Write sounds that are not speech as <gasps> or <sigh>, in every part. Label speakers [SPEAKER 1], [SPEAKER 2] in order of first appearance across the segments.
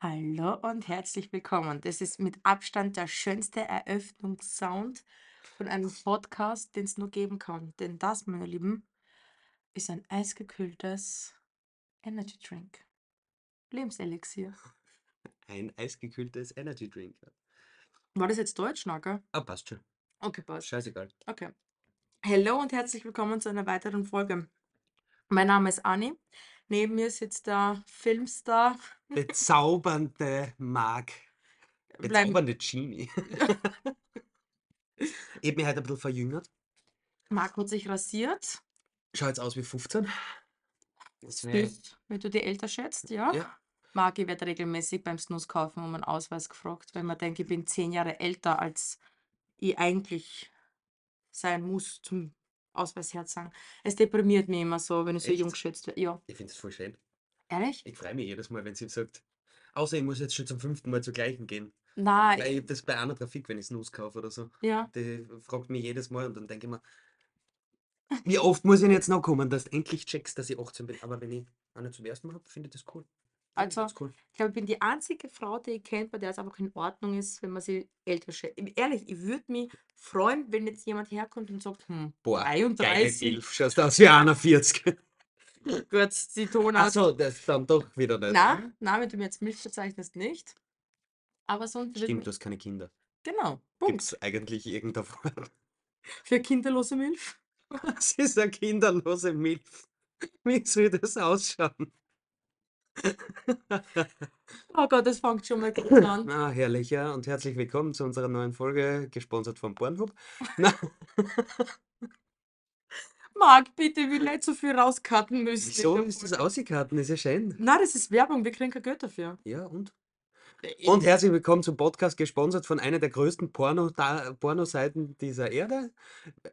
[SPEAKER 1] Hallo und herzlich willkommen. Das ist mit Abstand der schönste Eröffnungssound von einem Podcast, den es nur geben kann. Denn das, meine Lieben, ist ein eisgekühltes Energy Drink. Lebenselixier.
[SPEAKER 2] Ein eisgekühltes Energy Drink.
[SPEAKER 1] War das jetzt Deutsch, Nager?
[SPEAKER 2] Ah, passt schon.
[SPEAKER 1] Okay, passt.
[SPEAKER 2] Scheißegal.
[SPEAKER 1] Okay. Hallo und herzlich willkommen zu einer weiteren Folge. Mein Name ist Anni. Neben mir sitzt der Filmstar.
[SPEAKER 2] Bezaubernde Mark.
[SPEAKER 1] Bleiben.
[SPEAKER 2] Bezaubernde Genie. <laughs> Ich hab mich heute ein bisschen verjüngert.
[SPEAKER 1] Marco hat sich rasiert.
[SPEAKER 2] Schau jetzt aus wie 15. Das wäre.
[SPEAKER 1] Süß, wenn du die älter schätzt, ja.
[SPEAKER 2] Ja.
[SPEAKER 1] Marc, ich werde regelmäßig beim Snus kaufen um einen Ausweis gefragt, weil man denkt, ich bin zehn Jahre älter, als ich eigentlich sein muss zum Ausweis herzagen. Es deprimiert mich immer so, wenn ich so jung
[SPEAKER 2] Echt?
[SPEAKER 1] geschätzt werde. Ja,
[SPEAKER 2] Ich finde es voll schön.
[SPEAKER 1] ehrlich?
[SPEAKER 2] Ich freue mich jedes Mal, wenn sie sagt. Außer ich muss jetzt schon zum fünften Mal zur gleichen gehen.
[SPEAKER 1] Nein,
[SPEAKER 2] Weil ich hab das bei einer Trafik, wenn ich Snus kaufe oder so.
[SPEAKER 1] ja.
[SPEAKER 2] Die fragt mich jedes Mal und dann denke ich mir, wie oft muss ich denn jetzt noch kommen, dass du endlich checkst, dass ich 18 bin. Aber wenn ich eine zum ersten Mal habe, finde ich das cool. Ja,
[SPEAKER 1] Also,
[SPEAKER 2] ganz cool.
[SPEAKER 1] ich glaube, ich bin die einzige Frau, die ich kenne, bei der es einfach in Ordnung ist, wenn man sie älter schätzt. Ehrlich, ich würde mich freuen, wenn jetzt jemand herkommt und sagt, hm,
[SPEAKER 2] Boah, geile
[SPEAKER 1] 33,
[SPEAKER 2] Elf, schaust aus wie
[SPEAKER 1] <laughs>
[SPEAKER 2] 41.
[SPEAKER 1] Gott, die Tonart.
[SPEAKER 2] Achso, das dann doch wieder nicht.
[SPEAKER 1] Na,
[SPEAKER 2] ne?
[SPEAKER 1] na, wenn du mir jetzt Milch verzeichnest, nicht. Aber sonst würde
[SPEAKER 2] Stimmt,
[SPEAKER 1] mich.
[SPEAKER 2] du hast keine Kinder.
[SPEAKER 1] Genau,
[SPEAKER 2] Gibt es
[SPEAKER 1] Punkt.
[SPEAKER 2] eigentlich irgendein Wort? <laughs>
[SPEAKER 1] Für kinderlose Milch?
[SPEAKER 2] Was ist eine kinderlose Milf? Wie soll das ausschauen?
[SPEAKER 1] Oh Gott, das fängt schon mal gut
[SPEAKER 2] <laughs>
[SPEAKER 1] an.
[SPEAKER 2] Na, herrlich, ja. Und herzlich willkommen zu unserer neuen Folge, gesponsert von Pornhub. Na,
[SPEAKER 1] Marc, bitte, ich will nicht so viel rauscutten müssen in
[SPEAKER 2] wieso
[SPEAKER 1] der
[SPEAKER 2] ist das
[SPEAKER 1] Folge.
[SPEAKER 2] ausgekarten? Ist ja schön.
[SPEAKER 1] Na, das ist Werbung, wir kriegen kein Geld dafür.
[SPEAKER 2] Ja, und?
[SPEAKER 1] Äh,
[SPEAKER 2] Und herzlich willkommen zum Podcast, gesponsert von einer der größten Porno Pornoseiten dieser Erde.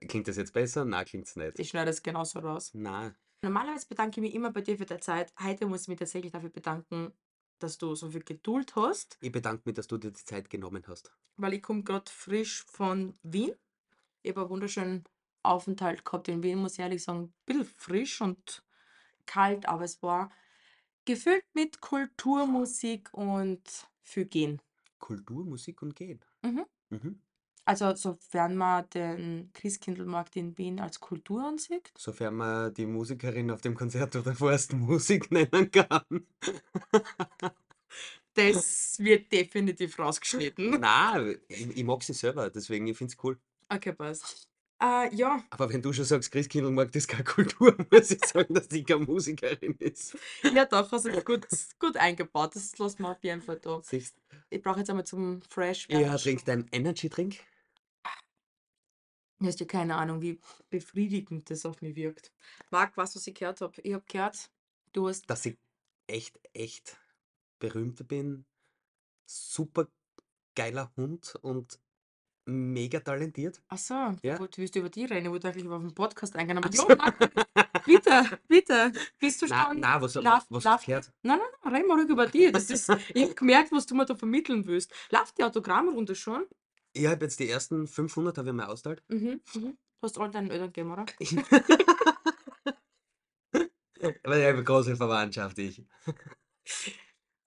[SPEAKER 2] Klingt das jetzt besser? Na, klingt's nicht.
[SPEAKER 1] Ich schneide es genauso raus.
[SPEAKER 2] Na,
[SPEAKER 1] Normalerweise bedanke ich mich immer bei dir für deine Zeit. Heute muss ich mich tatsächlich dafür bedanken, dass du so viel Geduld hast,
[SPEAKER 2] ich bedanke mich, dass du dir die Zeit genommen hast.
[SPEAKER 1] weil ich komme gerade frisch von Wien. Ich habe einen wunderschönen Aufenthalt gehabt in Wien, muss ich ehrlich sagen. Ein bisschen frisch und kalt, aber es war gefüllt mit Kultur, Musik und viel Gehen.
[SPEAKER 2] Kultur, Musik und Gehen.
[SPEAKER 1] Mhm.
[SPEAKER 2] Mhm.
[SPEAKER 1] Also sofern man den Christkindlmarkt in Wien als Kultur ansieht.
[SPEAKER 2] Sofern man die Musikerin auf dem Konzert oder vor erst Musik <laughs> nennen kann.
[SPEAKER 1] Das <laughs> wird definitiv rausgeschnitten.
[SPEAKER 2] Na, ich, ich mag sie selber, deswegen ich find's cool.
[SPEAKER 1] <laughs> Okay, passt. Äh, ja,
[SPEAKER 2] Aber wenn du schon sagst, Christkindlmarkt ist keine Kultur, <laughs> muss ich sagen, dass die keine Musikerin ist.
[SPEAKER 1] ja doch, hast du gut, gut eingebaut. Das lassen wir auf jeden Fall da.
[SPEAKER 2] Siehst,
[SPEAKER 1] Ich brauche jetzt einmal zum Fresh
[SPEAKER 2] ja,
[SPEAKER 1] werden.
[SPEAKER 2] trinkst deinen Energy-Drink?
[SPEAKER 1] Du hast ja keine Ahnung, wie befriedigend das auf mich wirkt. Marc, weißt du, was ich gehört habe? Ich habe gehört, du hast
[SPEAKER 2] Dass ich echt, echt berühmt bin, super geiler Hund und mega talentiert.
[SPEAKER 1] Ach so,
[SPEAKER 2] Ja.
[SPEAKER 1] gut, willst du über die reden? Ich wollte eigentlich auf den Podcast eingehen, aber
[SPEAKER 2] Ach
[SPEAKER 1] ja,
[SPEAKER 2] so.
[SPEAKER 1] Marc, bitte, bitte, bist <laughs> du
[SPEAKER 2] Na,
[SPEAKER 1] schon
[SPEAKER 2] na, was, was,
[SPEAKER 1] Love,
[SPEAKER 2] was hast
[SPEAKER 1] Love?
[SPEAKER 2] du gehört?
[SPEAKER 1] Nein, nein, nein, reden wir ruhig über die. Das <laughs> ist, ich habe gemerkt, was du mir da vermitteln willst. Läuft die Autogrammrunde schon?
[SPEAKER 2] Ich habe jetzt die ersten 500, habe ich mal austeilt.
[SPEAKER 1] Mhm, mhm. Du hast all deinen Eltern gegeben, oder?
[SPEAKER 2] Weil ich habe große Verwandtschaft, ich.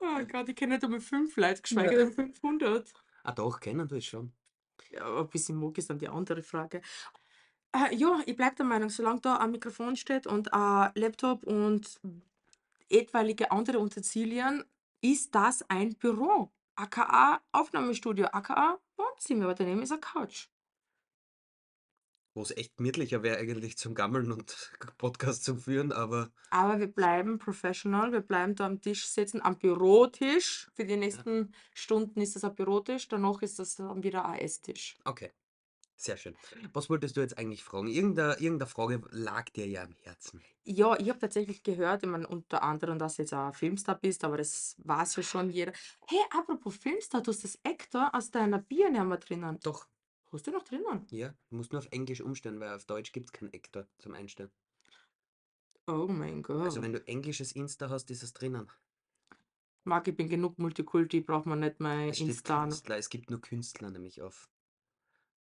[SPEAKER 1] Oh Gott, ich kenne nicht einmal fünf Leute, geschweige
[SPEAKER 2] Ja.
[SPEAKER 1] denn 500.
[SPEAKER 2] Ah doch, kennen du es schon.
[SPEAKER 1] Ja, aber ein bisschen Muck ist dann die andere Frage. Äh, ja, ich bleibe der Meinung, solange da ein Mikrofon steht und ein Laptop und etwaige andere Utensilien, ist das ein Büro. aka Aufnahmestudio, aka Wohnzimmer, aber daneben ist eine Couch.
[SPEAKER 2] Wo es echt gemütlicher wäre eigentlich zum Gammeln und <laughs> Podcast zu führen, aber
[SPEAKER 1] Aber wir bleiben professional, wir bleiben da am Tisch sitzen, am Bürotisch. Für die
[SPEAKER 2] ja,
[SPEAKER 1] nächsten Stunden ist das ein Bürotisch, danach ist das dann wieder ein Esstisch.
[SPEAKER 2] okay, sehr schön. Was wolltest du jetzt eigentlich fragen? Irgendeine, irgendeine Frage lag dir ja am Herzen.
[SPEAKER 1] Ja, ich habe tatsächlich gehört, ich meine, unter anderem, dass du jetzt ein Filmstar bist, aber das weiß ja schon jeder. Hey, apropos Filmstar, du hast das Actor aus deiner Bier nicht mehr drinnen.
[SPEAKER 2] Doch,
[SPEAKER 1] Hast du noch drinnen?
[SPEAKER 2] ja, musst nur auf Englisch umstellen, weil auf Deutsch gibt es keinen Actor zum Einstellen.
[SPEAKER 1] Oh mein
[SPEAKER 2] Also
[SPEAKER 1] Gott.
[SPEAKER 2] wenn du englisches Insta hast, ist es drinnen.
[SPEAKER 1] Marc, ich bin genug Multikulti, braucht man nicht mein
[SPEAKER 2] Es steht
[SPEAKER 1] Insta. ne? noch.
[SPEAKER 2] Künstler, es gibt nur Künstler nämlich auf,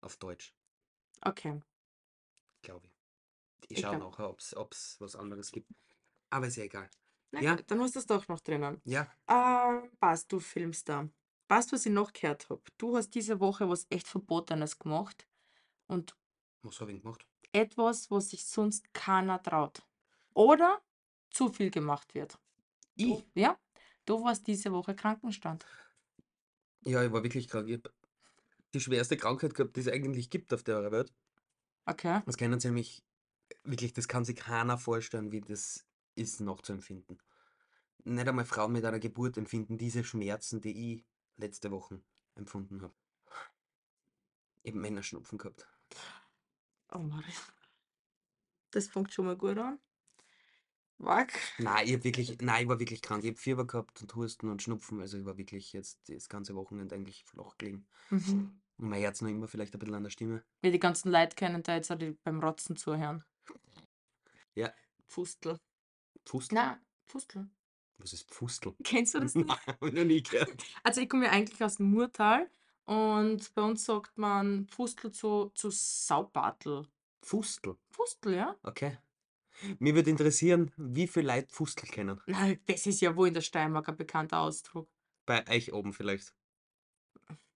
[SPEAKER 2] auf Deutsch,
[SPEAKER 1] Okay,
[SPEAKER 2] glaube ich. Ich
[SPEAKER 1] ich
[SPEAKER 2] schaue
[SPEAKER 1] glaube.
[SPEAKER 2] nachher, ob es was anderes gibt. Aber ist ja egal.
[SPEAKER 1] Na
[SPEAKER 2] Ja.
[SPEAKER 1] gut, dann hast du das doch noch drinnen.
[SPEAKER 2] Ja,
[SPEAKER 1] Ähm, Bas, du Filmstar. Weißt du, was ich noch gehört habe? Du hast diese Woche was echt Verbotenes gemacht und
[SPEAKER 2] was habe ich denn gemacht?
[SPEAKER 1] etwas, was sich sonst keiner traut. Oder zu viel gemacht wird. Du-
[SPEAKER 2] Ich?
[SPEAKER 1] Ja, du warst diese Woche Krankenstand.
[SPEAKER 2] Ja, ich war wirklich krank. Ich hab die schwerste Krankheit gehabt, die es eigentlich gibt auf der Welt.
[SPEAKER 1] Okay.
[SPEAKER 2] Das können sie nämlich, wirklich, das kann sich keiner vorstellen, wie das ist, nachzuempfinden. Nicht einmal Frauen mit einer Geburt empfinden diese Schmerzen, die ich letzte Woche empfunden habe. Ich habe Männerschnupfen gehabt.
[SPEAKER 1] Oh Mann. Das fängt schon mal gut an. Wack.
[SPEAKER 2] Nein, ich hab wirklich, nein, ich war wirklich krank. Ich habe Fieber gehabt und Husten und Schnupfen. Also ich war wirklich jetzt das ganze Wochenende eigentlich flach gelegen.
[SPEAKER 1] Mhm.
[SPEAKER 2] Und mein Herz noch immer vielleicht ein bisschen an der Stimme.
[SPEAKER 1] Wie die ganzen Leute kennen da jetzt auch die beim Rotzen zuhören.
[SPEAKER 2] Ja.
[SPEAKER 1] Pfustel.
[SPEAKER 2] Pfustel?
[SPEAKER 1] Na, Pfustel. <laughs>
[SPEAKER 2] Was ist Pfustel? <laughs>
[SPEAKER 1] Kennst du das nicht?
[SPEAKER 2] Hab ich noch nie gehört.
[SPEAKER 1] Also ich komme ja eigentlich aus dem Murtal und bei uns sagt man Pfustel zu, zu Saubartel.
[SPEAKER 2] Pfustel,
[SPEAKER 1] Pfustel, ja?
[SPEAKER 2] okay. Mir würde interessieren, wie viele Leute Pfustel kennen.
[SPEAKER 1] Na, das ist ja wohl in der Steiermark ein bekannter Ausdruck.
[SPEAKER 2] Bei euch oben vielleicht.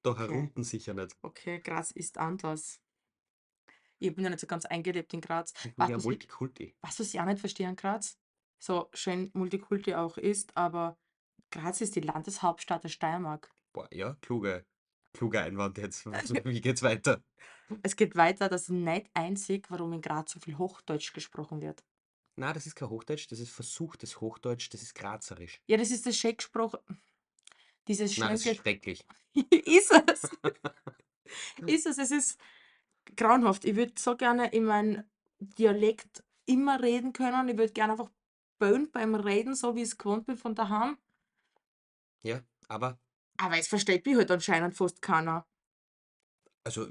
[SPEAKER 2] Da
[SPEAKER 1] Okay.
[SPEAKER 2] herunten sicher nicht.
[SPEAKER 1] Okay, Graz ist anders. Ich bin ja nicht so ganz eingelebt in Graz. Weißt du,
[SPEAKER 2] Ja,
[SPEAKER 1] was ich-
[SPEAKER 2] Multikulti.
[SPEAKER 1] was, was ich auch nicht verstehe an Graz, so schön Multikulti auch ist, aber Graz ist die Landeshauptstadt der Steiermark.
[SPEAKER 2] Boah, ja, kluge, kluger Einwand jetzt.
[SPEAKER 1] Äh, ne.
[SPEAKER 2] Wie geht's weiter?
[SPEAKER 1] Es geht weiter, dass ich nicht einzig, warum in Graz so viel Hochdeutsch gesprochen wird.
[SPEAKER 2] Na, das ist kein Hochdeutsch, das ist versuchtes Hochdeutsch, das ist grazerisch.
[SPEAKER 1] Ja, das ist das Scheckspruch. Dieses
[SPEAKER 2] Nein,
[SPEAKER 1] schön
[SPEAKER 2] das ist schrecklich.
[SPEAKER 1] <laughs> Ist
[SPEAKER 2] <laughs>
[SPEAKER 1] es? ist es? Es ist grauenhaft. Ich würde so gerne in meinem Dialekt immer reden können. Ich würde gerne einfach böhn beim Reden, so wie ich es gewohnt bin von daheim.
[SPEAKER 2] Ja, aber,
[SPEAKER 1] Aber es versteht mich halt anscheinend fast keiner.
[SPEAKER 2] also,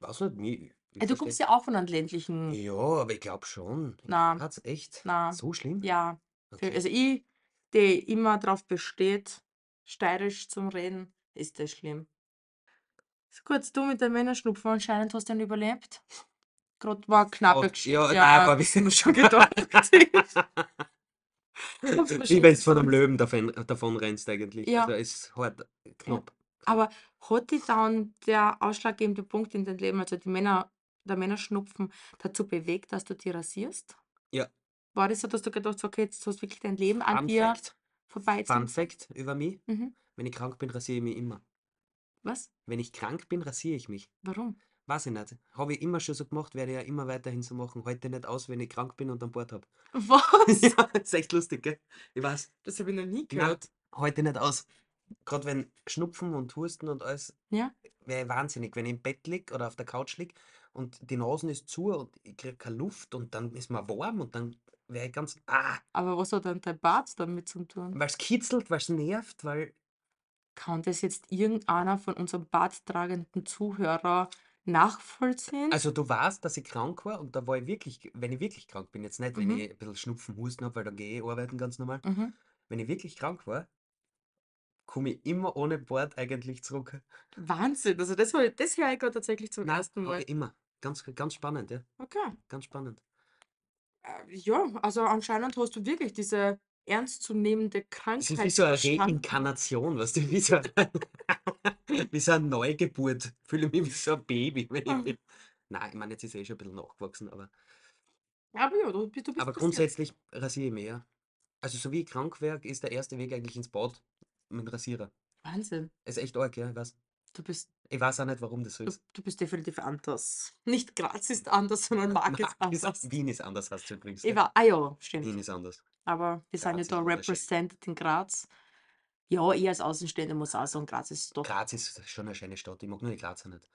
[SPEAKER 2] weiß nicht, nie. ich
[SPEAKER 1] Ey, Äh, Also, du
[SPEAKER 2] versteh-
[SPEAKER 1] kommst ja auch von einem ländlichen.
[SPEAKER 2] Ja, aber ich glaube schon.
[SPEAKER 1] Na,
[SPEAKER 2] Hat's echt?
[SPEAKER 1] na,
[SPEAKER 2] So schlimm?
[SPEAKER 1] Ja. Für-
[SPEAKER 2] Okay.
[SPEAKER 1] Also ich, die immer darauf besteht, steirisch zum Reden, ist das schlimm. So kurz, du mit der Männerschnupfen anscheinend hast du ihn überlebt. Gerade war eine knappe
[SPEAKER 2] Oft-
[SPEAKER 1] Geschichte.
[SPEAKER 2] ja, nein, aber wir
[SPEAKER 1] das
[SPEAKER 2] sind
[SPEAKER 1] hab ich schon
[SPEAKER 2] <laughs>
[SPEAKER 1] gedacht.
[SPEAKER 2] Wie wenn du von einem Löwen davon, davon rennst eigentlich.
[SPEAKER 1] Ja.
[SPEAKER 2] Also es ist hart, knapp.
[SPEAKER 1] aber hat dich dann der ausschlaggebende Punkt in deinem Leben, also die Männer, der Männerschnupfen, dazu bewegt, dass du dir rasierst?
[SPEAKER 2] Ja.
[SPEAKER 1] War das so, dass du gedacht hast, okay, jetzt hast du wirklich dein Leben an
[SPEAKER 2] Fun
[SPEAKER 1] dir
[SPEAKER 2] Fact, Fun
[SPEAKER 1] vorbeiziehen?
[SPEAKER 2] Fact über mich,
[SPEAKER 1] Mhm.
[SPEAKER 2] wenn ich krank bin, rasiere ich mich immer.
[SPEAKER 1] Was?
[SPEAKER 2] Wenn ich krank bin, rasiere ich mich.
[SPEAKER 1] Warum? <laughs>
[SPEAKER 2] Weiß ich nicht. Habe ich immer schon so gemacht, werde ich ja immer weiterhin so machen. Heute nicht aus, wenn ich krank bin und an Bord habe.
[SPEAKER 1] Was?
[SPEAKER 2] <laughs> ja, ist echt lustig, gell? Ich weiß.
[SPEAKER 1] Das habe ich noch nie
[SPEAKER 2] Na,
[SPEAKER 1] gehört.
[SPEAKER 2] heute nicht aus. Gerade wenn Schnupfen und Husten und alles,
[SPEAKER 1] Ja.
[SPEAKER 2] wäre ich wahnsinnig. Wenn ich im Bett lieg oder auf der Couch lieg und die Nase ist zu und ich kriege keine Luft und dann ist mir warm und dann wäre ich ganz, ah,
[SPEAKER 1] Aber was hat denn dein Bart damit zu tun?
[SPEAKER 2] weil es kitzelt, weil es nervt, weil
[SPEAKER 1] Kann das jetzt irgendeiner von unseren barttragenden Zuhörer nachvollziehen?
[SPEAKER 2] Also du weißt, dass ich krank war und da war ich wirklich, wenn ich wirklich krank bin, jetzt nicht, wenn
[SPEAKER 1] Mhm.
[SPEAKER 2] ich ein bisschen Schnupfen, Husten habe, weil dann gehe ich arbeiten ganz normal.
[SPEAKER 1] mhm.
[SPEAKER 2] Wenn ich wirklich krank war, komme ich immer ohne Bord eigentlich zurück.
[SPEAKER 1] Wahnsinn, also das, hab ich- das höre ich gerade tatsächlich zum
[SPEAKER 2] Nein,
[SPEAKER 1] ersten
[SPEAKER 2] hab
[SPEAKER 1] Mal.
[SPEAKER 2] ich immer. Ganz, ganz spannend, ja.
[SPEAKER 1] Okay.
[SPEAKER 2] Ganz spannend.
[SPEAKER 1] Äh, Ja, also anscheinend hast du wirklich diese ernstzunehmende
[SPEAKER 2] Es
[SPEAKER 1] Krankheit
[SPEAKER 2] ist wie so eine
[SPEAKER 1] verstanden.
[SPEAKER 2] Reinkarnation, weißt du, wie so eine, <laughs> wie so eine Neugeburt. Fühle mich wie so ein Baby, wenn
[SPEAKER 1] Ah.
[SPEAKER 2] ich bin. Nein, ich meine, jetzt ist er eh schon ein bisschen nachgewachsen, aber,
[SPEAKER 1] Aber ja, du, bist- du bist
[SPEAKER 2] aber
[SPEAKER 1] passiert.
[SPEAKER 2] grundsätzlich rasiere ich mich, ja. Also so wie ich krank wäre, ist der erste Weg eigentlich ins Bad mit dem Rasierer.
[SPEAKER 1] Wahnsinn.
[SPEAKER 2] Ist echt arg, ja, ich weiß.
[SPEAKER 1] Du bist,
[SPEAKER 2] Ich weiß auch nicht, warum das so
[SPEAKER 1] du, <laughs>
[SPEAKER 2] ist.
[SPEAKER 1] du bist definitiv anders. <laughs> Nicht Graz ist anders,
[SPEAKER 2] <laughs>
[SPEAKER 1] sondern Mark ist
[SPEAKER 2] Nein, ist-
[SPEAKER 1] anders.
[SPEAKER 2] Wien ist anders, hast du übrigens.
[SPEAKER 1] Ich
[SPEAKER 2] gell?
[SPEAKER 1] war, ah ja, stimmt.
[SPEAKER 2] Wien ist anders.
[SPEAKER 1] Aber wir sind ja
[SPEAKER 2] Graz ist
[SPEAKER 1] da
[SPEAKER 2] wunderschön.
[SPEAKER 1] represented in Graz. Ja, ich als Außenstehender muss auch sagen, Graz ist doch.
[SPEAKER 2] Graz ist schon eine schöne Stadt. Ich mag nur die Grazer nicht.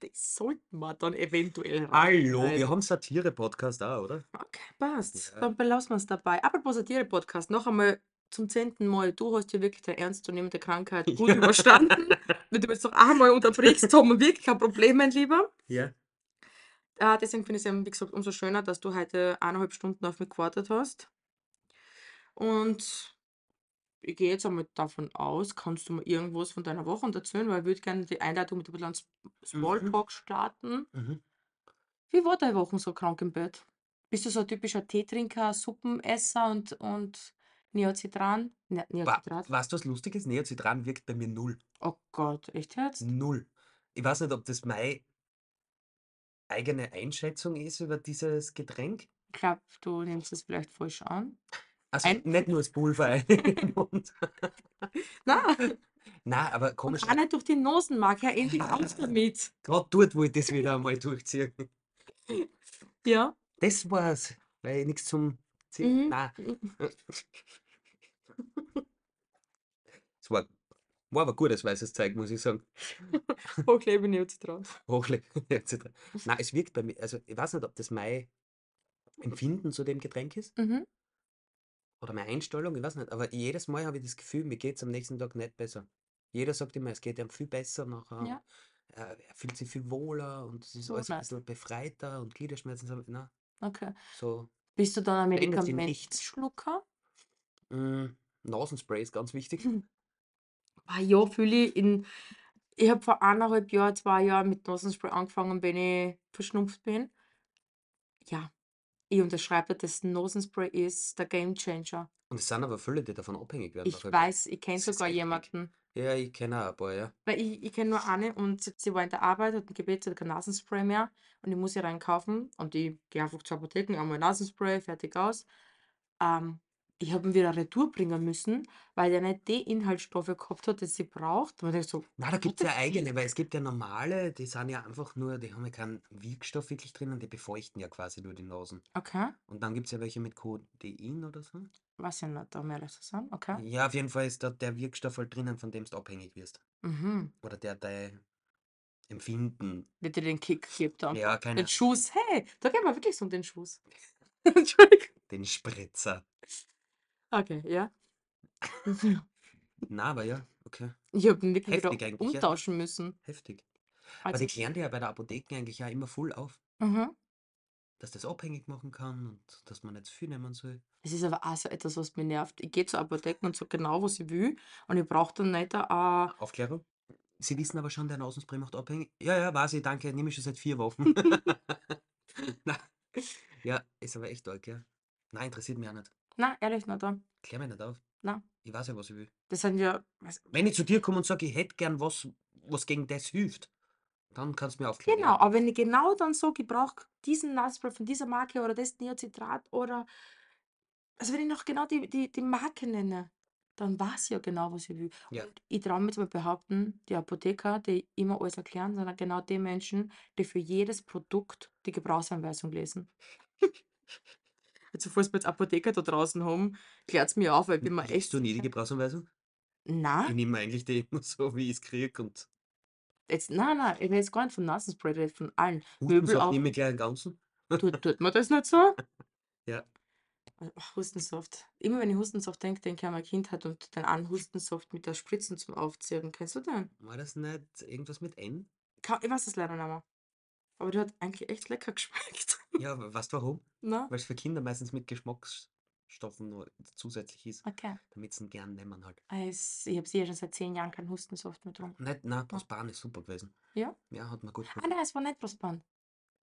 [SPEAKER 1] Das sollten wir dann eventuell
[SPEAKER 2] Hallo,
[SPEAKER 1] rausschneiden.
[SPEAKER 2] wir haben Satire-Podcast auch, oder?
[SPEAKER 1] Okay, passt.
[SPEAKER 2] Ja.
[SPEAKER 1] Dann belassen wir es dabei. Apropos Satire-Podcast, noch einmal zum zehnten Mal. Du hast ja wirklich deine ernstzunehmende Krankheit gut
[SPEAKER 2] Ja. <laughs>
[SPEAKER 1] überstanden. Wenn du jetzt noch einmal unterbrichst, haben wir wirklich ein Problem, mein Lieber.
[SPEAKER 2] Ja.
[SPEAKER 1] Äh, deswegen finde ich es eben, wie gesagt, umso schöner, dass du heute eineinhalb Stunden auf mich gewartet hast. Und ich gehe jetzt einmal davon aus, kannst du mir irgendwas von deiner Woche erzählen, weil ich würde gerne die Einleitung mit ein bisschen Sp- Smalltalk starten.
[SPEAKER 2] Mhm.
[SPEAKER 1] Wie war deine Woche so krank im Bett? Bist du so ein typischer Teetrinker, Suppenesser und, und Neocitran? Ne,
[SPEAKER 2] Wa
[SPEAKER 1] Neocitrat?
[SPEAKER 2] weißt du, was lustig ist? Neocitran wirkt bei mir null.
[SPEAKER 1] Oh Gott, echt jetzt?
[SPEAKER 2] Null. Ich weiß nicht, ob das meine eigene Einschätzung ist über dieses Getränk.
[SPEAKER 1] Ich glaube, du nimmst es vielleicht falsch an.
[SPEAKER 2] Also
[SPEAKER 1] Ein-
[SPEAKER 2] nicht nur das Pulver
[SPEAKER 1] <laughs>
[SPEAKER 2] <laughs> rein in den Mund. <laughs>
[SPEAKER 1] Na,
[SPEAKER 2] Nein, aber komisch.
[SPEAKER 1] und auch nicht durch die Nosenmark. Ja, endlich
[SPEAKER 2] <laughs>
[SPEAKER 1] aus damit.
[SPEAKER 2] Gerade dort wollte ich das wieder einmal durchziehen.
[SPEAKER 1] Ja.
[SPEAKER 2] Das war's. Weil ich nichts zum Ziehen.
[SPEAKER 1] Mhm.
[SPEAKER 2] Nein.
[SPEAKER 1] <laughs>
[SPEAKER 2] Es war, war aber gutes weißes Zeug, muss ich sagen.
[SPEAKER 1] Hochlebe Neocitrat.
[SPEAKER 2] <laughs> Hochleg. etc. Nein, es wirkt bei mir. Also ich weiß nicht, ob das mein Empfinden zu dem Getränk ist
[SPEAKER 1] Mhm.
[SPEAKER 2] oder meine Einstellung, ich weiß nicht. Aber jedes Mal habe ich das Gefühl, mir geht es am nächsten Tag nicht besser. Jeder sagt immer, es geht ihm viel besser nachher.
[SPEAKER 1] Ja.
[SPEAKER 2] Äh, er fühlt sich viel wohler und es ist alles ein
[SPEAKER 1] Wohler.
[SPEAKER 2] bisschen befreiter und Gliederschmerzen. sind- Nein,
[SPEAKER 1] Okay.
[SPEAKER 2] so
[SPEAKER 1] Bist du dann ein
[SPEAKER 2] Verändert sich nichts.
[SPEAKER 1] Medikamentenschlucker?
[SPEAKER 2] mh, mm, Nasenspray ist
[SPEAKER 1] <laughs>
[SPEAKER 2] ganz wichtig.
[SPEAKER 1] Ah, ja, fühle ich in. Ich habe vor eineinhalb Jahren, zwei Jahren mit Nasenspray angefangen, wenn ich verschnupft bin. Ja, ich unterschreibe, dass Nasenspray ist der Game Changer.
[SPEAKER 2] Und es sind aber viele, die davon abhängig werden.
[SPEAKER 1] Ich
[SPEAKER 2] nachher.
[SPEAKER 1] weiß, ich kenne
[SPEAKER 2] halt Das ist
[SPEAKER 1] sogar
[SPEAKER 2] heftig.
[SPEAKER 1] jemanden.
[SPEAKER 2] Ja, ich kenne auch ein paar, ja.
[SPEAKER 1] Weil ich, ich kenne nur eine und sie- sie war in der Arbeit, hat ein Gebet, sie hat kein Nasenspray mehr und ich muss ihr reinkaufen und ich gehe einfach zur Apotheke, einmal Nasenspray, fertig aus. Ähm, ich habe ihn wieder retour bringen müssen, weil der nicht die Inhaltsstoffe gehabt hat, die sie braucht. Und ich so,
[SPEAKER 2] Na, da gibt es
[SPEAKER 1] the
[SPEAKER 2] ja
[SPEAKER 1] fuck?
[SPEAKER 2] eigene, weil es gibt ja normale, die sind ja einfach nur, die haben ja keinen Wirkstoff wirklich drinnen, die befeuchten ja quasi nur die Nasen.
[SPEAKER 1] okay,
[SPEAKER 2] Und dann gibt es ja welche mit Codein oder so.
[SPEAKER 1] weiß ich nicht, um ehrlich zu sein, okay.
[SPEAKER 2] Ja, auf jeden Fall ist da der Wirkstoff halt drinnen, von dem du abhängig wirst.
[SPEAKER 1] Mhm.
[SPEAKER 2] Oder der dein Empfinden.
[SPEAKER 1] Wird dir den Kick gibt dann.
[SPEAKER 2] Ja, keine
[SPEAKER 1] Den
[SPEAKER 2] Ahnung.
[SPEAKER 1] Schuss, hey, da geht man wirklich so um den Schuss. <laughs> Entschuldigung.
[SPEAKER 2] Den Spritzer.
[SPEAKER 1] Okay, ja. <laughs>
[SPEAKER 2] Na, aber ja, okay.
[SPEAKER 1] Ich habe ihn wirklich
[SPEAKER 2] Heftig
[SPEAKER 1] wieder
[SPEAKER 2] eigentlich, ja.
[SPEAKER 1] umtauschen müssen.
[SPEAKER 2] Heftig. Aber
[SPEAKER 1] Also,
[SPEAKER 2] die klären dir ja bei der Apotheke eigentlich ja immer voll auf,
[SPEAKER 1] mhm.
[SPEAKER 2] dass das abhängig machen kann und dass man nicht zu viel nehmen soll.
[SPEAKER 1] Es ist aber auch so etwas, was mich nervt. Ich gehe zur Apotheke und sage genau, was ich will. Und ich brauche dann nicht ein. äh,
[SPEAKER 2] Aufklärung? Sie wissen aber schon, der Nasenspray macht abhängig. Ja, ja, weiß ich, danke. Nehme ich schon seit vier Wochen. <laughs> Na, ja, ist aber echt arg, ja. Nein, interessiert mich auch nicht.
[SPEAKER 1] Nein, ehrlich nicht. da.
[SPEAKER 2] Klär mich nicht auf.
[SPEAKER 1] Nein.
[SPEAKER 2] Ich weiß ja, was ich will.
[SPEAKER 1] Das sind ja. weiß-
[SPEAKER 2] Wenn ich zu dir komme und sage, ich hätte gern was, was gegen das hilft, dann kannst du mir aufklären.
[SPEAKER 1] Genau,
[SPEAKER 2] Ja.
[SPEAKER 1] aber wenn ich genau dann sage, ich brauche diesen Nasenspray von dieser Marke oder das Neocitrat oder. Also, wenn ich noch genau die, die, die Marke nenne, dann weiß ich ja genau, was ich will.
[SPEAKER 2] Ja.
[SPEAKER 1] Und ich traue mich zu behaupten, die Apotheker, die immer alles erklären, sondern genau die Menschen, die für jedes Produkt die Gebrauchsanweisung lesen. Also, falls wir jetzt Apotheker da draußen haben, klärt es mir auf, weil ich bin mir echt.
[SPEAKER 2] Liest du nie die
[SPEAKER 1] sicher-
[SPEAKER 2] Gebrauchsanweisung? Ich
[SPEAKER 1] Nein,
[SPEAKER 2] nehme eigentlich die immer <laughs> so, wie ich es kriege und
[SPEAKER 1] jetzt, nein, nein, ich rede jetzt gar nicht von Nasenspray, ich rede von allen. Möbel
[SPEAKER 2] Hustensaft
[SPEAKER 1] auf,
[SPEAKER 2] nehme ich gleich einen ganzen.
[SPEAKER 1] tut, tut man das nicht so? Äh,
[SPEAKER 2] Ja.
[SPEAKER 1] Ach, Hustensaft. Immer wenn ich Hustensaft denke, denke ich an meine Kindheit und den einen Hustensaft mit der Spritzen zum Aufziehen. Kennst du den?
[SPEAKER 2] War das nicht irgendwas mit N?
[SPEAKER 1] Ka- Ich weiß es leider nicht mehr. Aber der hat eigentlich echt lecker <laughs> geschmeckt. ne?
[SPEAKER 2] Ja, aber weißt du warum?
[SPEAKER 1] Na?
[SPEAKER 2] Weil es für Kinder meistens mit Geschmacksstoffen nur zusätzlich ist,
[SPEAKER 1] Okay. Äh,
[SPEAKER 2] damit sie ihn gern nehmen halt.
[SPEAKER 1] Es, ich habe sicher schon seit zehn Jahren keinen Hustensaft mehr getrunken.
[SPEAKER 2] Nicht, nein, Prospan ist super gewesen.
[SPEAKER 1] Ah. Ja?
[SPEAKER 2] Ja, hat mir gut
[SPEAKER 1] Ah
[SPEAKER 2] gefallen.
[SPEAKER 1] nein, es war nicht Prospan.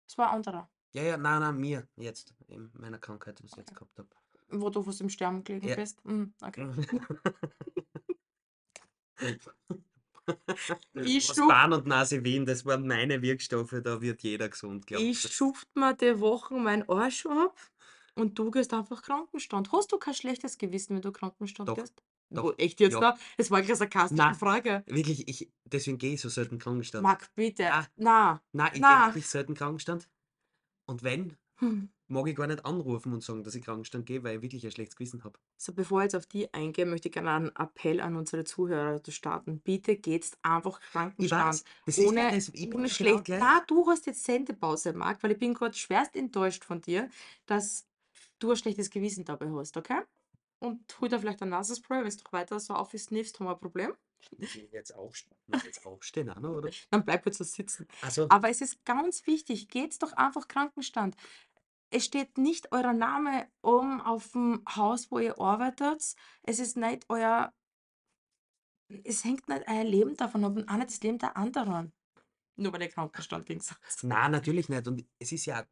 [SPEAKER 1] Es war ein anderer,
[SPEAKER 2] Ja, ja, nein, nein, mir jetzt. In meiner Krankheit, was ich jetzt gehabt habe.
[SPEAKER 1] wo du fast im Sterben gelegen
[SPEAKER 2] Ja.
[SPEAKER 1] bist. Mm, okay.
[SPEAKER 2] <laughs>
[SPEAKER 1] Ich schub-
[SPEAKER 2] Prospan und Nase Wien, das waren meine Wirkstoffe, da wird jeder gesund, glaube
[SPEAKER 1] Ich schuft mir die Wochen meinen Arsch ab und du gehst einfach Krankenstand. Hast du kein schlechtes Gewissen, wenn du Krankenstand
[SPEAKER 2] Doch,
[SPEAKER 1] gehst?
[SPEAKER 2] doch,
[SPEAKER 1] Wo, echt jetzt?
[SPEAKER 2] ja.
[SPEAKER 1] Ja. Es war keine sarkastische
[SPEAKER 2] Na.
[SPEAKER 1] Frage.
[SPEAKER 2] Wirklich, ich, deswegen gehe ich so selten Krankenstand.
[SPEAKER 1] Marc, bitte.
[SPEAKER 2] Ja.
[SPEAKER 1] Na.
[SPEAKER 2] Nein, ich gehe
[SPEAKER 1] Na.
[SPEAKER 2] wirklich selten Krankenstand. Und wenn,
[SPEAKER 1] Hm.
[SPEAKER 2] mag ich gar nicht anrufen und sagen, dass ich Krankenstand gehe, weil ich wirklich ein schlechtes Gewissen habe.
[SPEAKER 1] So, bevor ich jetzt auf die eingehe, möchte ich gerne einen Appell an unsere Zuhörer zu starten. Bitte geht's einfach
[SPEAKER 2] Ich
[SPEAKER 1] Krankenstand.
[SPEAKER 2] weiß, das
[SPEAKER 1] Ohne,
[SPEAKER 2] ist ja das, ich bin
[SPEAKER 1] ohne
[SPEAKER 2] ja genau
[SPEAKER 1] schlecht.
[SPEAKER 2] gleich.
[SPEAKER 1] Na, du hast jetzt Sendepause, Marc, weil ich bin gerade schwerst enttäuscht von dir, dass du ein schlechtes Gewissen dabei hast, okay? Und hol dir vielleicht ein Nasenspray, wenn du weiter so aufsniffst, haben wir ein Problem.
[SPEAKER 2] Ich will jetzt aufstehen, muss jetzt aufstehen auch noch, oder?
[SPEAKER 1] Dann bleib jetzt so sitzen.
[SPEAKER 2] Also,
[SPEAKER 1] Aber es ist ganz wichtig, geht's doch einfach Krankenstand. Es steht nicht euer Name oben auf dem Haus, wo ihr arbeitet. Es ist nicht euer, es hängt nicht euer Leben davon ab und auch nicht das Leben der anderen. Nur weil ihr Krankenstand ging.
[SPEAKER 2] nein, natürlich nicht. Und es ist ja, auch-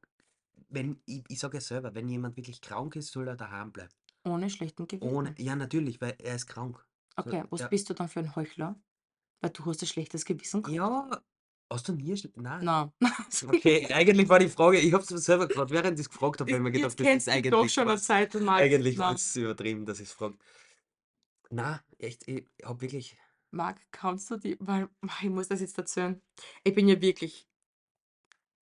[SPEAKER 2] wenn, ich, ich sage ja selber, wenn jemand wirklich krank ist, soll er daheim bleiben.
[SPEAKER 1] Ohne schlechten Gewissen.
[SPEAKER 2] Ohne, ja, natürlich, weil er ist krank.
[SPEAKER 1] Okay, was
[SPEAKER 2] ja.
[SPEAKER 1] bist du dann für ein Heuchler? Weil du hast ein schlechtes Gewissen gehabt.
[SPEAKER 2] Ja, hast du nie. schl- Nein.
[SPEAKER 1] Nein. <laughs>
[SPEAKER 2] Okay, eigentlich war die Frage, ich habe es selber gerade, während ich es gefragt habe, weil ich mir gedacht
[SPEAKER 1] Jetzt
[SPEAKER 2] das ist
[SPEAKER 1] kennst du mich doch
[SPEAKER 2] eigentlich.
[SPEAKER 1] schon eine
[SPEAKER 2] Quatsch.
[SPEAKER 1] Zeit und magst
[SPEAKER 2] Eigentlich war
[SPEAKER 1] nein,
[SPEAKER 2] es übertrieben, dass ich es frage. Na, echt, ich habe wirklich.
[SPEAKER 1] Marc, kannst du die, weil ich muss das jetzt erzählen. Ich bin ja wirklich,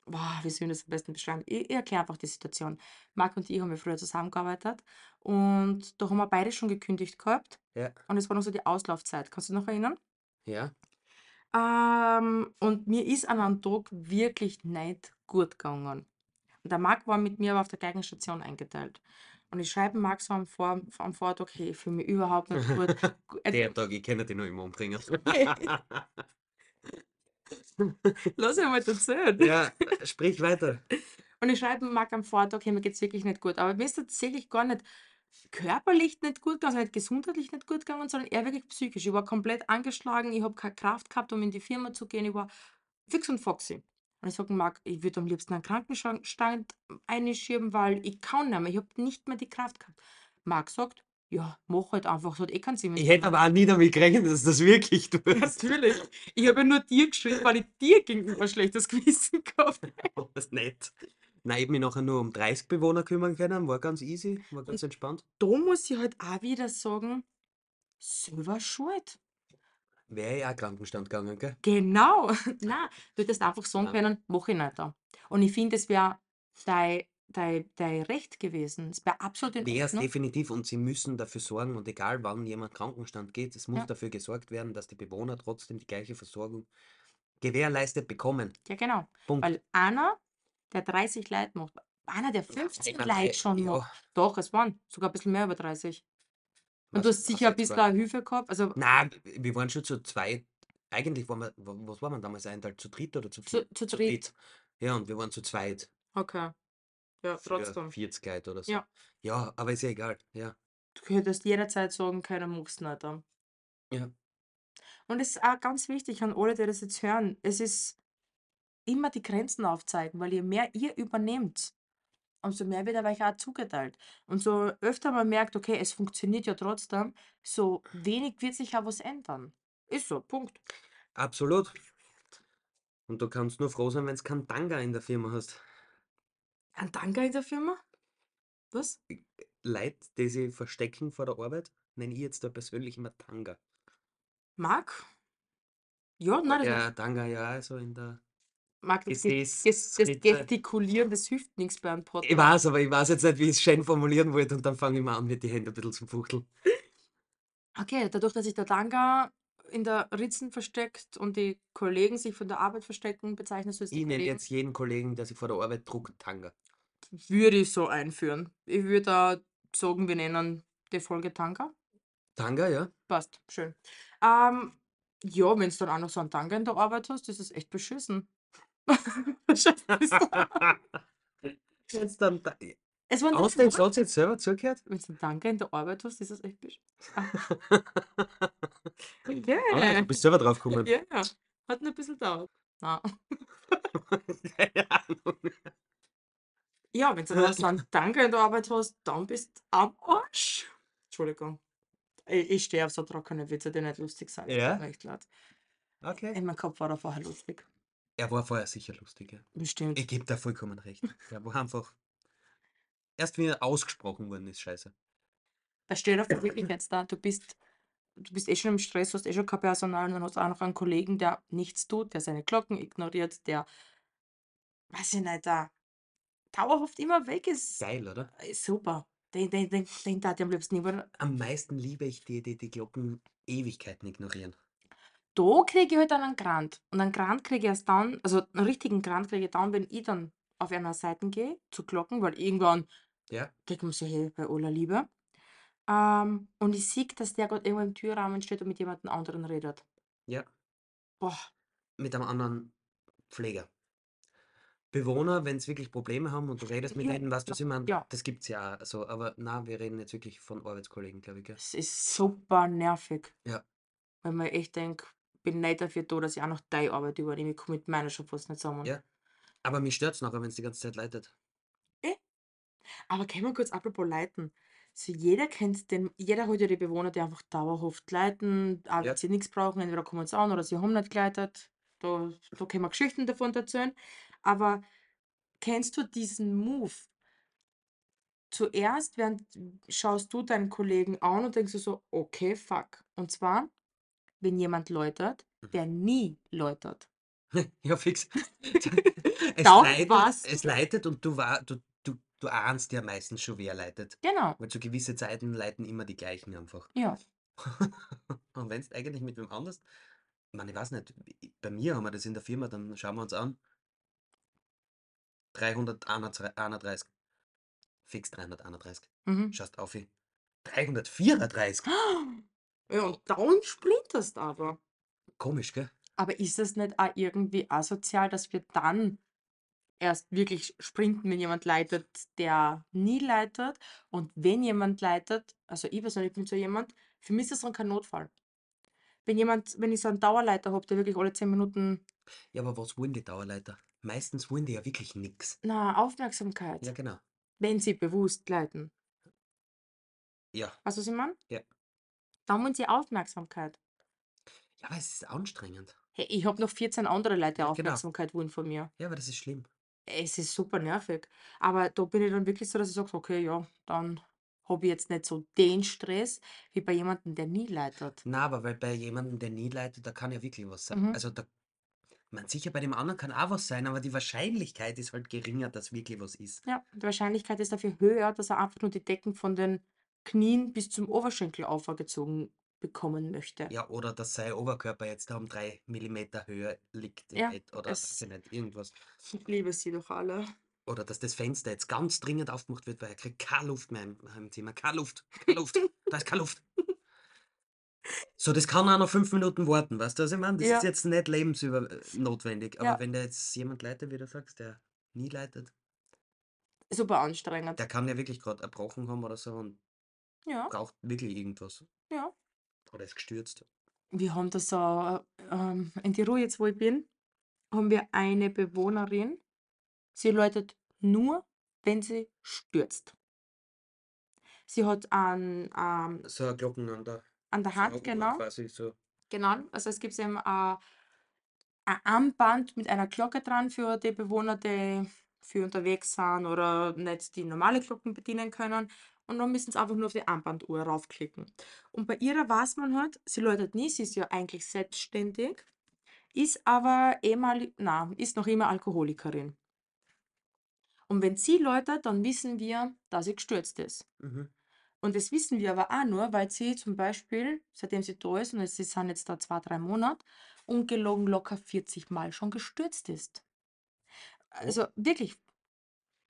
[SPEAKER 1] wow, wie soll ich das am besten beschreiben? Ich, ich erkläre einfach die Situation. Marc und ich haben ja früher zusammengearbeitet und da haben wir beide schon gekündigt gehabt
[SPEAKER 2] Ja,
[SPEAKER 1] und es war noch so die Auslaufzeit. Kannst du dich noch erinnern?
[SPEAKER 2] ja,
[SPEAKER 1] Ähm, und mir ist an einem Tag wirklich nicht gut gegangen. Und der Marc war mit mir aber auf der gleichen Station eingeteilt. Und ich schreibe Marc so am, Vor am Vortag, hey, ich fühle mich überhaupt
[SPEAKER 2] <laughs>
[SPEAKER 1] nicht gut. Gu- äh, <laughs>
[SPEAKER 2] der Tag, ich kenne den noch immer umbringen.
[SPEAKER 1] Lass mich mal erzählen.
[SPEAKER 2] ja,
[SPEAKER 1] <laughs>
[SPEAKER 2] sprich weiter.
[SPEAKER 1] Und ich schreibe Marc am Vortag, hey, mir geht's wirklich nicht gut. Aber mir ist tatsächlich gar nicht körperlich nicht gut gegangen, also nicht gesundheitlich nicht gut gegangen, sondern eher wirklich psychisch. Ich war komplett angeschlagen, ich habe keine Kraft gehabt, um in die Firma zu gehen, ich war fix und foxy. Und ich sage, Marc, ich würde am liebsten einen Krankenstand einschieben, weil ich kann nicht mehr, ich habe nicht mehr die Kraft gehabt. Marc sagt, ja, mach halt einfach, es hat eh keinen Sinn. wenn's
[SPEAKER 2] Ich
[SPEAKER 1] dir <laughs>
[SPEAKER 2] hätte aber auch nie damit gerechnet, dass du das wirklich <laughs> tust.
[SPEAKER 1] Natürlich. Ich habe ja nur dir geschrieben, weil ich dir gegenüber ein schlechtes <laughs> Gewissen gehabt habe.
[SPEAKER 2] Aber das nicht. Nein, ich hab mich nachher nur um 30 Bewohner kümmern können, war ganz easy, war ganz
[SPEAKER 1] Und-
[SPEAKER 2] entspannt.
[SPEAKER 1] Da muss ich halt auch wieder sagen, selber schuld.
[SPEAKER 2] Wäre ich auch Krankenstand gegangen, gell?
[SPEAKER 1] Genau. <laughs> Nein, du hättest einfach sagen
[SPEAKER 2] Nein.
[SPEAKER 1] können, mache ich nicht da. Und ich finde, es wäre dein, dein, dein Recht gewesen. Es wäre absolut in
[SPEAKER 2] Wäre es
[SPEAKER 1] Ordnung.
[SPEAKER 2] definitiv und sie müssen dafür sorgen und egal wann jemand Krankenstand geht, es muss
[SPEAKER 1] Ja.
[SPEAKER 2] dafür gesorgt werden, dass die Bewohner trotzdem die gleiche Versorgung gewährleistet bekommen.
[SPEAKER 1] Ja, genau.
[SPEAKER 2] Punkt.
[SPEAKER 1] Weil einer, der 30 Leute macht, einer, der 15
[SPEAKER 2] Einer
[SPEAKER 1] Leute
[SPEAKER 2] drei,
[SPEAKER 1] schon macht,
[SPEAKER 2] äh, ja,
[SPEAKER 1] doch, es waren sogar ein bisschen mehr über 30. Und du
[SPEAKER 2] was,
[SPEAKER 1] hast
[SPEAKER 2] Hm, was
[SPEAKER 1] sicher ein
[SPEAKER 2] jetzt
[SPEAKER 1] bisschen
[SPEAKER 2] gar nicht.
[SPEAKER 1] eine Hilfe gehabt, also
[SPEAKER 2] Nein, w- wir waren schon zu zweit. Eigentlich waren wir, wa- was waren wir damals einteilt? Zu dritt oder zu
[SPEAKER 1] zu,
[SPEAKER 2] viert?
[SPEAKER 1] zu
[SPEAKER 2] Zu
[SPEAKER 1] dritt.
[SPEAKER 2] dritt. Ja, und wir waren zu zweit.
[SPEAKER 1] Okay, ja,
[SPEAKER 2] Für
[SPEAKER 1] trotzdem.
[SPEAKER 2] 40 Leute oder so.
[SPEAKER 1] Ja,
[SPEAKER 2] Ja, aber ist ja egal. Ja.
[SPEAKER 1] du hättest jederzeit sagen können, mach's nicht. dann.
[SPEAKER 2] Ja.
[SPEAKER 1] Und es ist auch ganz wichtig an alle, die das jetzt hören, es ist immer die Grenzen aufzeigen, weil je mehr ihr übernehmt, umso mehr wird aber euch auch zugeteilt. Und so öfter man merkt, okay, es funktioniert ja trotzdem, so wenig wird sich ja was ändern. Ist so, Punkt.
[SPEAKER 2] Absolut. Und du kannst nur froh sein, wenn du keinen Tanga in der Firma hast.
[SPEAKER 1] Ein Danke in der Firma? Was?
[SPEAKER 2] Leute, die sich verstecken vor der Arbeit, nenne ich jetzt da persönlich immer Tanga.
[SPEAKER 1] Marc? Ja, nein, Ah, das,
[SPEAKER 2] Ja, Tanga, ja, also in der
[SPEAKER 1] Marc, das, Ge- Ges- das
[SPEAKER 2] Gesäßritte.
[SPEAKER 1] Gestikulieren, das hilft nichts bei einem
[SPEAKER 2] äh, Ich
[SPEAKER 1] Podcast.
[SPEAKER 2] weiß, aber ich weiß jetzt nicht, wie ich es schön formulieren wollte und dann fange ich mal an, mit die Hände ein bisschen zum Fuchteln.
[SPEAKER 1] Okay, dadurch, dass sich der Tanga in der Ritzen versteckt und die Kollegen sich von der Arbeit verstecken, bezeichnest du jetzt die
[SPEAKER 2] Ich nenne
[SPEAKER 1] Kollegen?
[SPEAKER 2] jetzt jeden Kollegen, der sich vor der Arbeit druckt, Tanga.
[SPEAKER 1] Würde ich so einführen. Ich würde da sagen, wir nennen die Folge Tanga. <laughs>
[SPEAKER 2] Tanga, ja?
[SPEAKER 1] Passt, schön. Ähm, ja, wenn du dann auch noch so einen Tanga in der Arbeit hast, ist es echt beschissen. <laughs>
[SPEAKER 2] <laughs>
[SPEAKER 1] Scheiß bist du.
[SPEAKER 2] Jetzt dann. Ta-
[SPEAKER 1] es war
[SPEAKER 2] Hast
[SPEAKER 1] nicht
[SPEAKER 2] du den
[SPEAKER 1] Wort.
[SPEAKER 2] Satz jetzt selber zugehört?
[SPEAKER 1] <laughs> Wenn du einen Tanga in der Arbeit hast, ist es echt beschissen. Ah,
[SPEAKER 2] Ah,
[SPEAKER 1] yeah.
[SPEAKER 2] du bist selber drauf gekommen. <laughs>
[SPEAKER 1] Ja, hat noch ein bisschen gedauert. Na.
[SPEAKER 2] Keine Ahnung.
[SPEAKER 1] Ja, wenn du dann
[SPEAKER 2] <laughs>
[SPEAKER 1] so einen Tanga in der Arbeit hast, dann bist du am Arsch. Entschuldigung. Ich, ich stehe auf so trockene Witze, die nicht lustig sind. Es tut
[SPEAKER 2] Ja?
[SPEAKER 1] mir echt leid.
[SPEAKER 2] Okay.
[SPEAKER 1] In meinem Kopf war er vorher lustig.
[SPEAKER 2] Er war vorher sicher lustig, ja.
[SPEAKER 1] Bestimmt.
[SPEAKER 2] Ich gebe da vollkommen recht. Er war einfach. Erst wie er ausgesprochen worden ist, scheiße.
[SPEAKER 1] Da steht
[SPEAKER 2] <laughs>
[SPEAKER 1] auf wirklich jetzt da, du bist, du bist eh schon im Stress, hast eh schon kein Personal und dann hast du auch noch einen Kollegen, der nichts tut, der seine Glocken ignoriert, der, weiß ich nicht, da dauerhaft immer weg ist.
[SPEAKER 2] Geil, oder?
[SPEAKER 1] Äh, Super. Den, den, den, den tat ich am liebsten niemand.
[SPEAKER 2] Am meisten liebe ich die, die die Glocken Ewigkeiten ignorieren.
[SPEAKER 1] Da kriege ich halt dann einen Grant. Und einen Grant kriege ich erst dann, also einen richtigen Grant kriege ich dann, wenn ich dann auf einer Seite gehe, zu Glocken, weil irgendwann
[SPEAKER 2] Ja?
[SPEAKER 1] denkt man sich, hey, bei aller Liebe. Ähm, und ich sehe, dass der gerade irgendwo im Türrahmen steht und mit jemandem anderen redet.
[SPEAKER 2] Ja.
[SPEAKER 1] Boah,
[SPEAKER 2] Mit einem anderen Pfleger. Bewohner, wenn sie wirklich Probleme haben und du redest mit
[SPEAKER 1] ja,
[SPEAKER 2] denen, weißt du, was ich meine?
[SPEAKER 1] ja.
[SPEAKER 2] Das gibt's ja auch so. Aber na, wir reden jetzt wirklich von Arbeitskollegen, glaube ich, gell?
[SPEAKER 1] Es ist super nervig,
[SPEAKER 2] Ja.
[SPEAKER 1] weil man echt denkt, bin nicht dafür da, dass ich auch noch deine Arbeit übernehme. Ich komme mit meiner schon fast nicht zusammen.
[SPEAKER 2] Ja. Aber mich stört's nachher, wenn es die ganze Zeit leitet.
[SPEAKER 1] Aber können wir kurz apropos leiten? So, jeder kennt den, jeder hat ja die Bewohner, die einfach dauerhaft leiten, auch wenn
[SPEAKER 2] Ja.
[SPEAKER 1] sie nichts brauchen, entweder kommen sie an oder sie haben nicht geleitet. Da, da können wir Geschichten davon erzählen. Aber kennst du diesen Move? Zuerst während, schaust du deinen Kollegen an und denkst du so, okay, fuck. Und zwar, wenn jemand läutert, der nie läutert.
[SPEAKER 2] Ja, fix. <laughs> Es
[SPEAKER 1] Taucht
[SPEAKER 2] leitet,
[SPEAKER 1] was?
[SPEAKER 2] es leitet und du, wa- du, du, du ahnst ja meistens schon, wer leitet.
[SPEAKER 1] Genau,
[SPEAKER 2] Weil zu gewisse Zeiten leiten immer die gleichen einfach.
[SPEAKER 1] ja.
[SPEAKER 2] <laughs> Und wenn es eigentlich mit wem anders, ich meine, ich weiß nicht, i- bei mir haben wir das in der Firma, dann schauen wir uns an, 331, fix 331,
[SPEAKER 1] Mhm.
[SPEAKER 2] schaust auf, ich- 334,
[SPEAKER 1] <gasps> Ja, und dann sprinterst aber.
[SPEAKER 2] komisch, gell?
[SPEAKER 1] Aber ist das nicht auch irgendwie asozial, dass wir dann erst wirklich sprinten, wenn jemand leitet, der nie leitet? Und wenn jemand leitet, also ich persönlich bin so jemand, für mich ist das dann kein Notfall. Wenn jemand, wenn ich so einen Dauerleiter habe, der wirklich alle zehn Minuten,
[SPEAKER 2] Ja, aber was wollen die Dauerleiter? Meistens wollen die ja wirklich nichts.
[SPEAKER 1] na,
[SPEAKER 2] Ja,
[SPEAKER 1] Aufmerksamkeit,
[SPEAKER 2] genau.
[SPEAKER 1] wenn sie bewusst leiten.
[SPEAKER 2] Ja,
[SPEAKER 1] Weißt du, was ich meine?
[SPEAKER 2] ja.
[SPEAKER 1] Dann wollen sie Aufmerksamkeit.
[SPEAKER 2] Ja, aber es ist anstrengend.
[SPEAKER 1] Hey, ich habe noch 14 andere Leute
[SPEAKER 2] Ja, genau.
[SPEAKER 1] Aufmerksamkeit wollen von mir.
[SPEAKER 2] Ja, aber das ist schlimm.
[SPEAKER 1] Es ist super nervig. Aber da bin ich dann wirklich so, dass ich sage, okay, ja, dann habe ich jetzt nicht so den Stress wie bei jemandem, der nie leitet.
[SPEAKER 2] Na, aber weil bei jemandem, der nie leitet, da kann ja wirklich was sein.
[SPEAKER 1] Mhm.
[SPEAKER 2] Also da, man sicher bei dem anderen kann auch was sein, aber die Wahrscheinlichkeit ist halt geringer, dass wirklich was ist.
[SPEAKER 1] Ja, die Wahrscheinlichkeit ist dafür höher, dass er einfach nur die Decken von den Knien bis zum Oberschenkel aufgezogen bekommen möchte.
[SPEAKER 2] Ja, oder dass sein Oberkörper jetzt um drei Millimeter höher liegt im
[SPEAKER 1] Ja,
[SPEAKER 2] Bett oder weiß
[SPEAKER 1] es,
[SPEAKER 2] ich nicht, irgendwas.
[SPEAKER 1] ich liebe sie doch alle.
[SPEAKER 2] Oder dass das Fenster jetzt ganz dringend aufgemacht wird, weil er kriegt keine Luft mehr im, im Zimmer. Keine Luft, keine Luft, da ist keine Luft. So, das kann auch noch fünf Minuten warten, weißt du, was ich meine? Das ist
[SPEAKER 1] Ja,
[SPEAKER 2] jetzt nicht lebensnotwendig, aber
[SPEAKER 1] ja,
[SPEAKER 2] wenn da jetzt jemand leitet, wie du sagst, der nie leitet,
[SPEAKER 1] super anstrengend.
[SPEAKER 2] der kann ja wirklich gerade erbrochen haben oder so und
[SPEAKER 1] Ja,
[SPEAKER 2] braucht wirklich irgendwas.
[SPEAKER 1] ja.
[SPEAKER 2] Oder ist gestürzt.
[SPEAKER 1] Wir haben das auch ähm, in Tirol, jetzt wo ich bin, haben wir eine Bewohnerin, Sie läutet nur, wenn sie stürzt. Sie hat an, ähm,
[SPEAKER 2] So eine Glocken an der,
[SPEAKER 1] an der
[SPEAKER 2] so eine
[SPEAKER 1] Hand,
[SPEAKER 2] Uhr
[SPEAKER 1] genau,
[SPEAKER 2] quasi so.
[SPEAKER 1] genau. Also es gibt eben ein ein Armband mit einer Glocke dran für die Bewohner, die für unterwegs sind oder nicht die normale Glocken bedienen können. Und dann müssen sie einfach nur auf die Armbanduhr raufklicken. Und bei ihrer weiß man halt, sie läutet nie, sie ist ja eigentlich selbstständig, ist aber ehemalig, na, ist noch immer Alkoholikerin. Und wenn sie läutet, dann wissen wir, dass sie gestürzt ist. <laughs>
[SPEAKER 2] Mhm.
[SPEAKER 1] Und das wissen wir aber auch nur, weil sie zum Beispiel, seitdem sie da ist, und es- sie sind jetzt da zwei, drei Monate, ungelogen locker 40 Mal schon gestürzt ist.
[SPEAKER 2] Oh.
[SPEAKER 1] Also wirklich,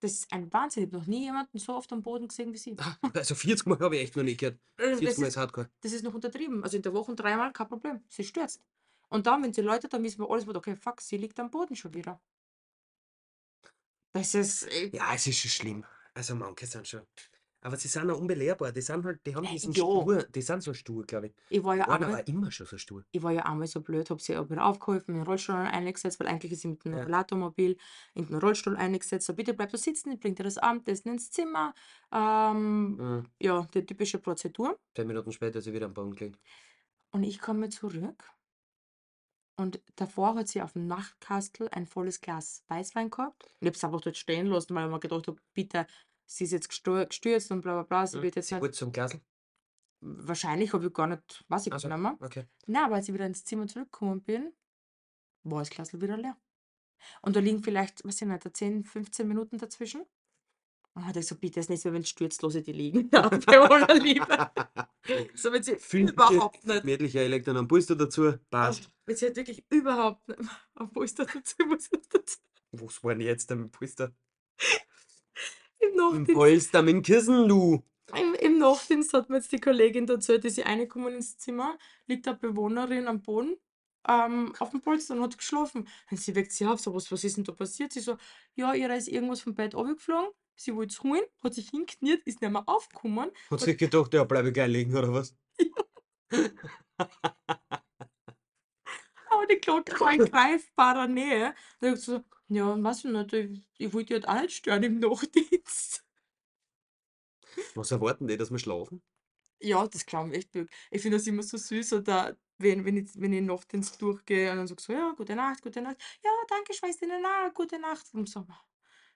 [SPEAKER 1] das ist ein Wahnsinn. Ich habe noch nie jemanden so oft am Boden gesehen
[SPEAKER 2] <laughs>
[SPEAKER 1] wie sie.
[SPEAKER 2] Also 40 Mal habe ich echt noch nicht gehört.
[SPEAKER 1] Also
[SPEAKER 2] 40
[SPEAKER 1] Das
[SPEAKER 2] Mal
[SPEAKER 1] ist,
[SPEAKER 2] ist hardcore.
[SPEAKER 1] das ist noch untertrieben. Also in der Woche dreimal, kein Problem. Sie stürzt. Und dann, wenn sie läutet, dann wissen wir alles, okay, fuck, sie liegt am Boden schon wieder. Das ist, äh,
[SPEAKER 2] Ja, es ist schon schlimm. Also manche sind schon. Aber sie sind auch unbelehrbar. Die sind halt, die haben
[SPEAKER 1] äh,
[SPEAKER 2] diesen
[SPEAKER 1] ja,
[SPEAKER 2] Stur, die sind so stur, glaube ich.
[SPEAKER 1] ich war
[SPEAKER 2] Die
[SPEAKER 1] ja
[SPEAKER 2] waren
[SPEAKER 1] einmal
[SPEAKER 2] aber immer schon so stur.
[SPEAKER 1] ich war ja einmal so blöd, habe sie auch wieder aufgeholfen, in den Rollstuhl eingesetzt, weil eigentlich ist sie mit dem
[SPEAKER 2] Ja.
[SPEAKER 1] Rollatormobil in den Rollstuhl eingesetzt. So, bitte bleib da sitzen, ich bring dir das Abendessen ins Zimmer. Ähm,
[SPEAKER 2] Mhm.
[SPEAKER 1] ja, die typische Prozedur.
[SPEAKER 2] Zehn Minuten später ist sie wieder am Boden gelegen.
[SPEAKER 1] Und ich komme zurück und davor hat sie auf dem Nachtkastel ein volles Glas Weißwein gehabt. Und ich habe es einfach dort stehen lassen, weil ich mir gedacht habe, bitte, sie ist jetzt gestu- gestürzt und bla bla bla, sie
[SPEAKER 2] Mhm.
[SPEAKER 1] wird jetzt
[SPEAKER 2] Sie
[SPEAKER 1] nicht.
[SPEAKER 2] wurde zum Glasl.
[SPEAKER 1] Wahrscheinlich habe ich gar nicht, weiß ich gar
[SPEAKER 2] Also,
[SPEAKER 1] nicht mehr. <laughs>
[SPEAKER 2] okay. <laughs>
[SPEAKER 1] Na, aber als ich wieder ins Zimmer zurückgekommen bin, war das Glas wieder leer. Und da liegen vielleicht, weiß ich nicht, da 10, 15 Minuten dazwischen. Und hat er so, bitte, das nächste Mal, wenn es stürzt, lasse ich die liegen. <laughs> Ja, bei aller Liebe. So, wenn sie
[SPEAKER 2] Findige,
[SPEAKER 1] überhaupt nicht,
[SPEAKER 2] gemütlicher Elektron am Puster dazu.
[SPEAKER 1] oh,
[SPEAKER 2] Passt.
[SPEAKER 1] wenn sie halt wirklich überhaupt nicht, obwohl ich da dazu muss, ich dazu,
[SPEAKER 2] Was war denn jetzt denn mit dem Puster?
[SPEAKER 1] im
[SPEAKER 2] Im
[SPEAKER 1] Nachtdienst,
[SPEAKER 2] Polster mit dem Kissen, du!
[SPEAKER 1] im, im Nachtdienst hat mir jetzt die Kollegin dazu, die sie reingekommen ins Zimmer, liegt eine Bewohnerin am Boden, ähm, auf dem Polster und hat geschlafen. Und sie weckt sie auf, so, was, was ist denn da passiert? Sie so, ja, ihrer ist irgendwas vom Bett runtergeflogen, sie wollte es holen, hat sich hingekniet, ist nicht mehr aufgekommen,
[SPEAKER 2] Hat
[SPEAKER 1] hat
[SPEAKER 2] sich gedacht, ja, bleibe ich gleich liegen, oder was?
[SPEAKER 1] Aber die Glocke war in greifbarer Nähe. Und ich so, ja, was denn nicht, ich, ich wollte die halt auch nicht stören im Nachtdienst.
[SPEAKER 2] Was erwarten die, dass wir schlafen?
[SPEAKER 1] Ja, das glauben echt bög. Ich finde das immer so süß, oder wenn, wenn ich, wenn ich nachtdienst durchgehe und dann sagst so, ja, gute Nacht, gute Nacht. Ja, danke, Schwester, na, gute Nacht. Und so,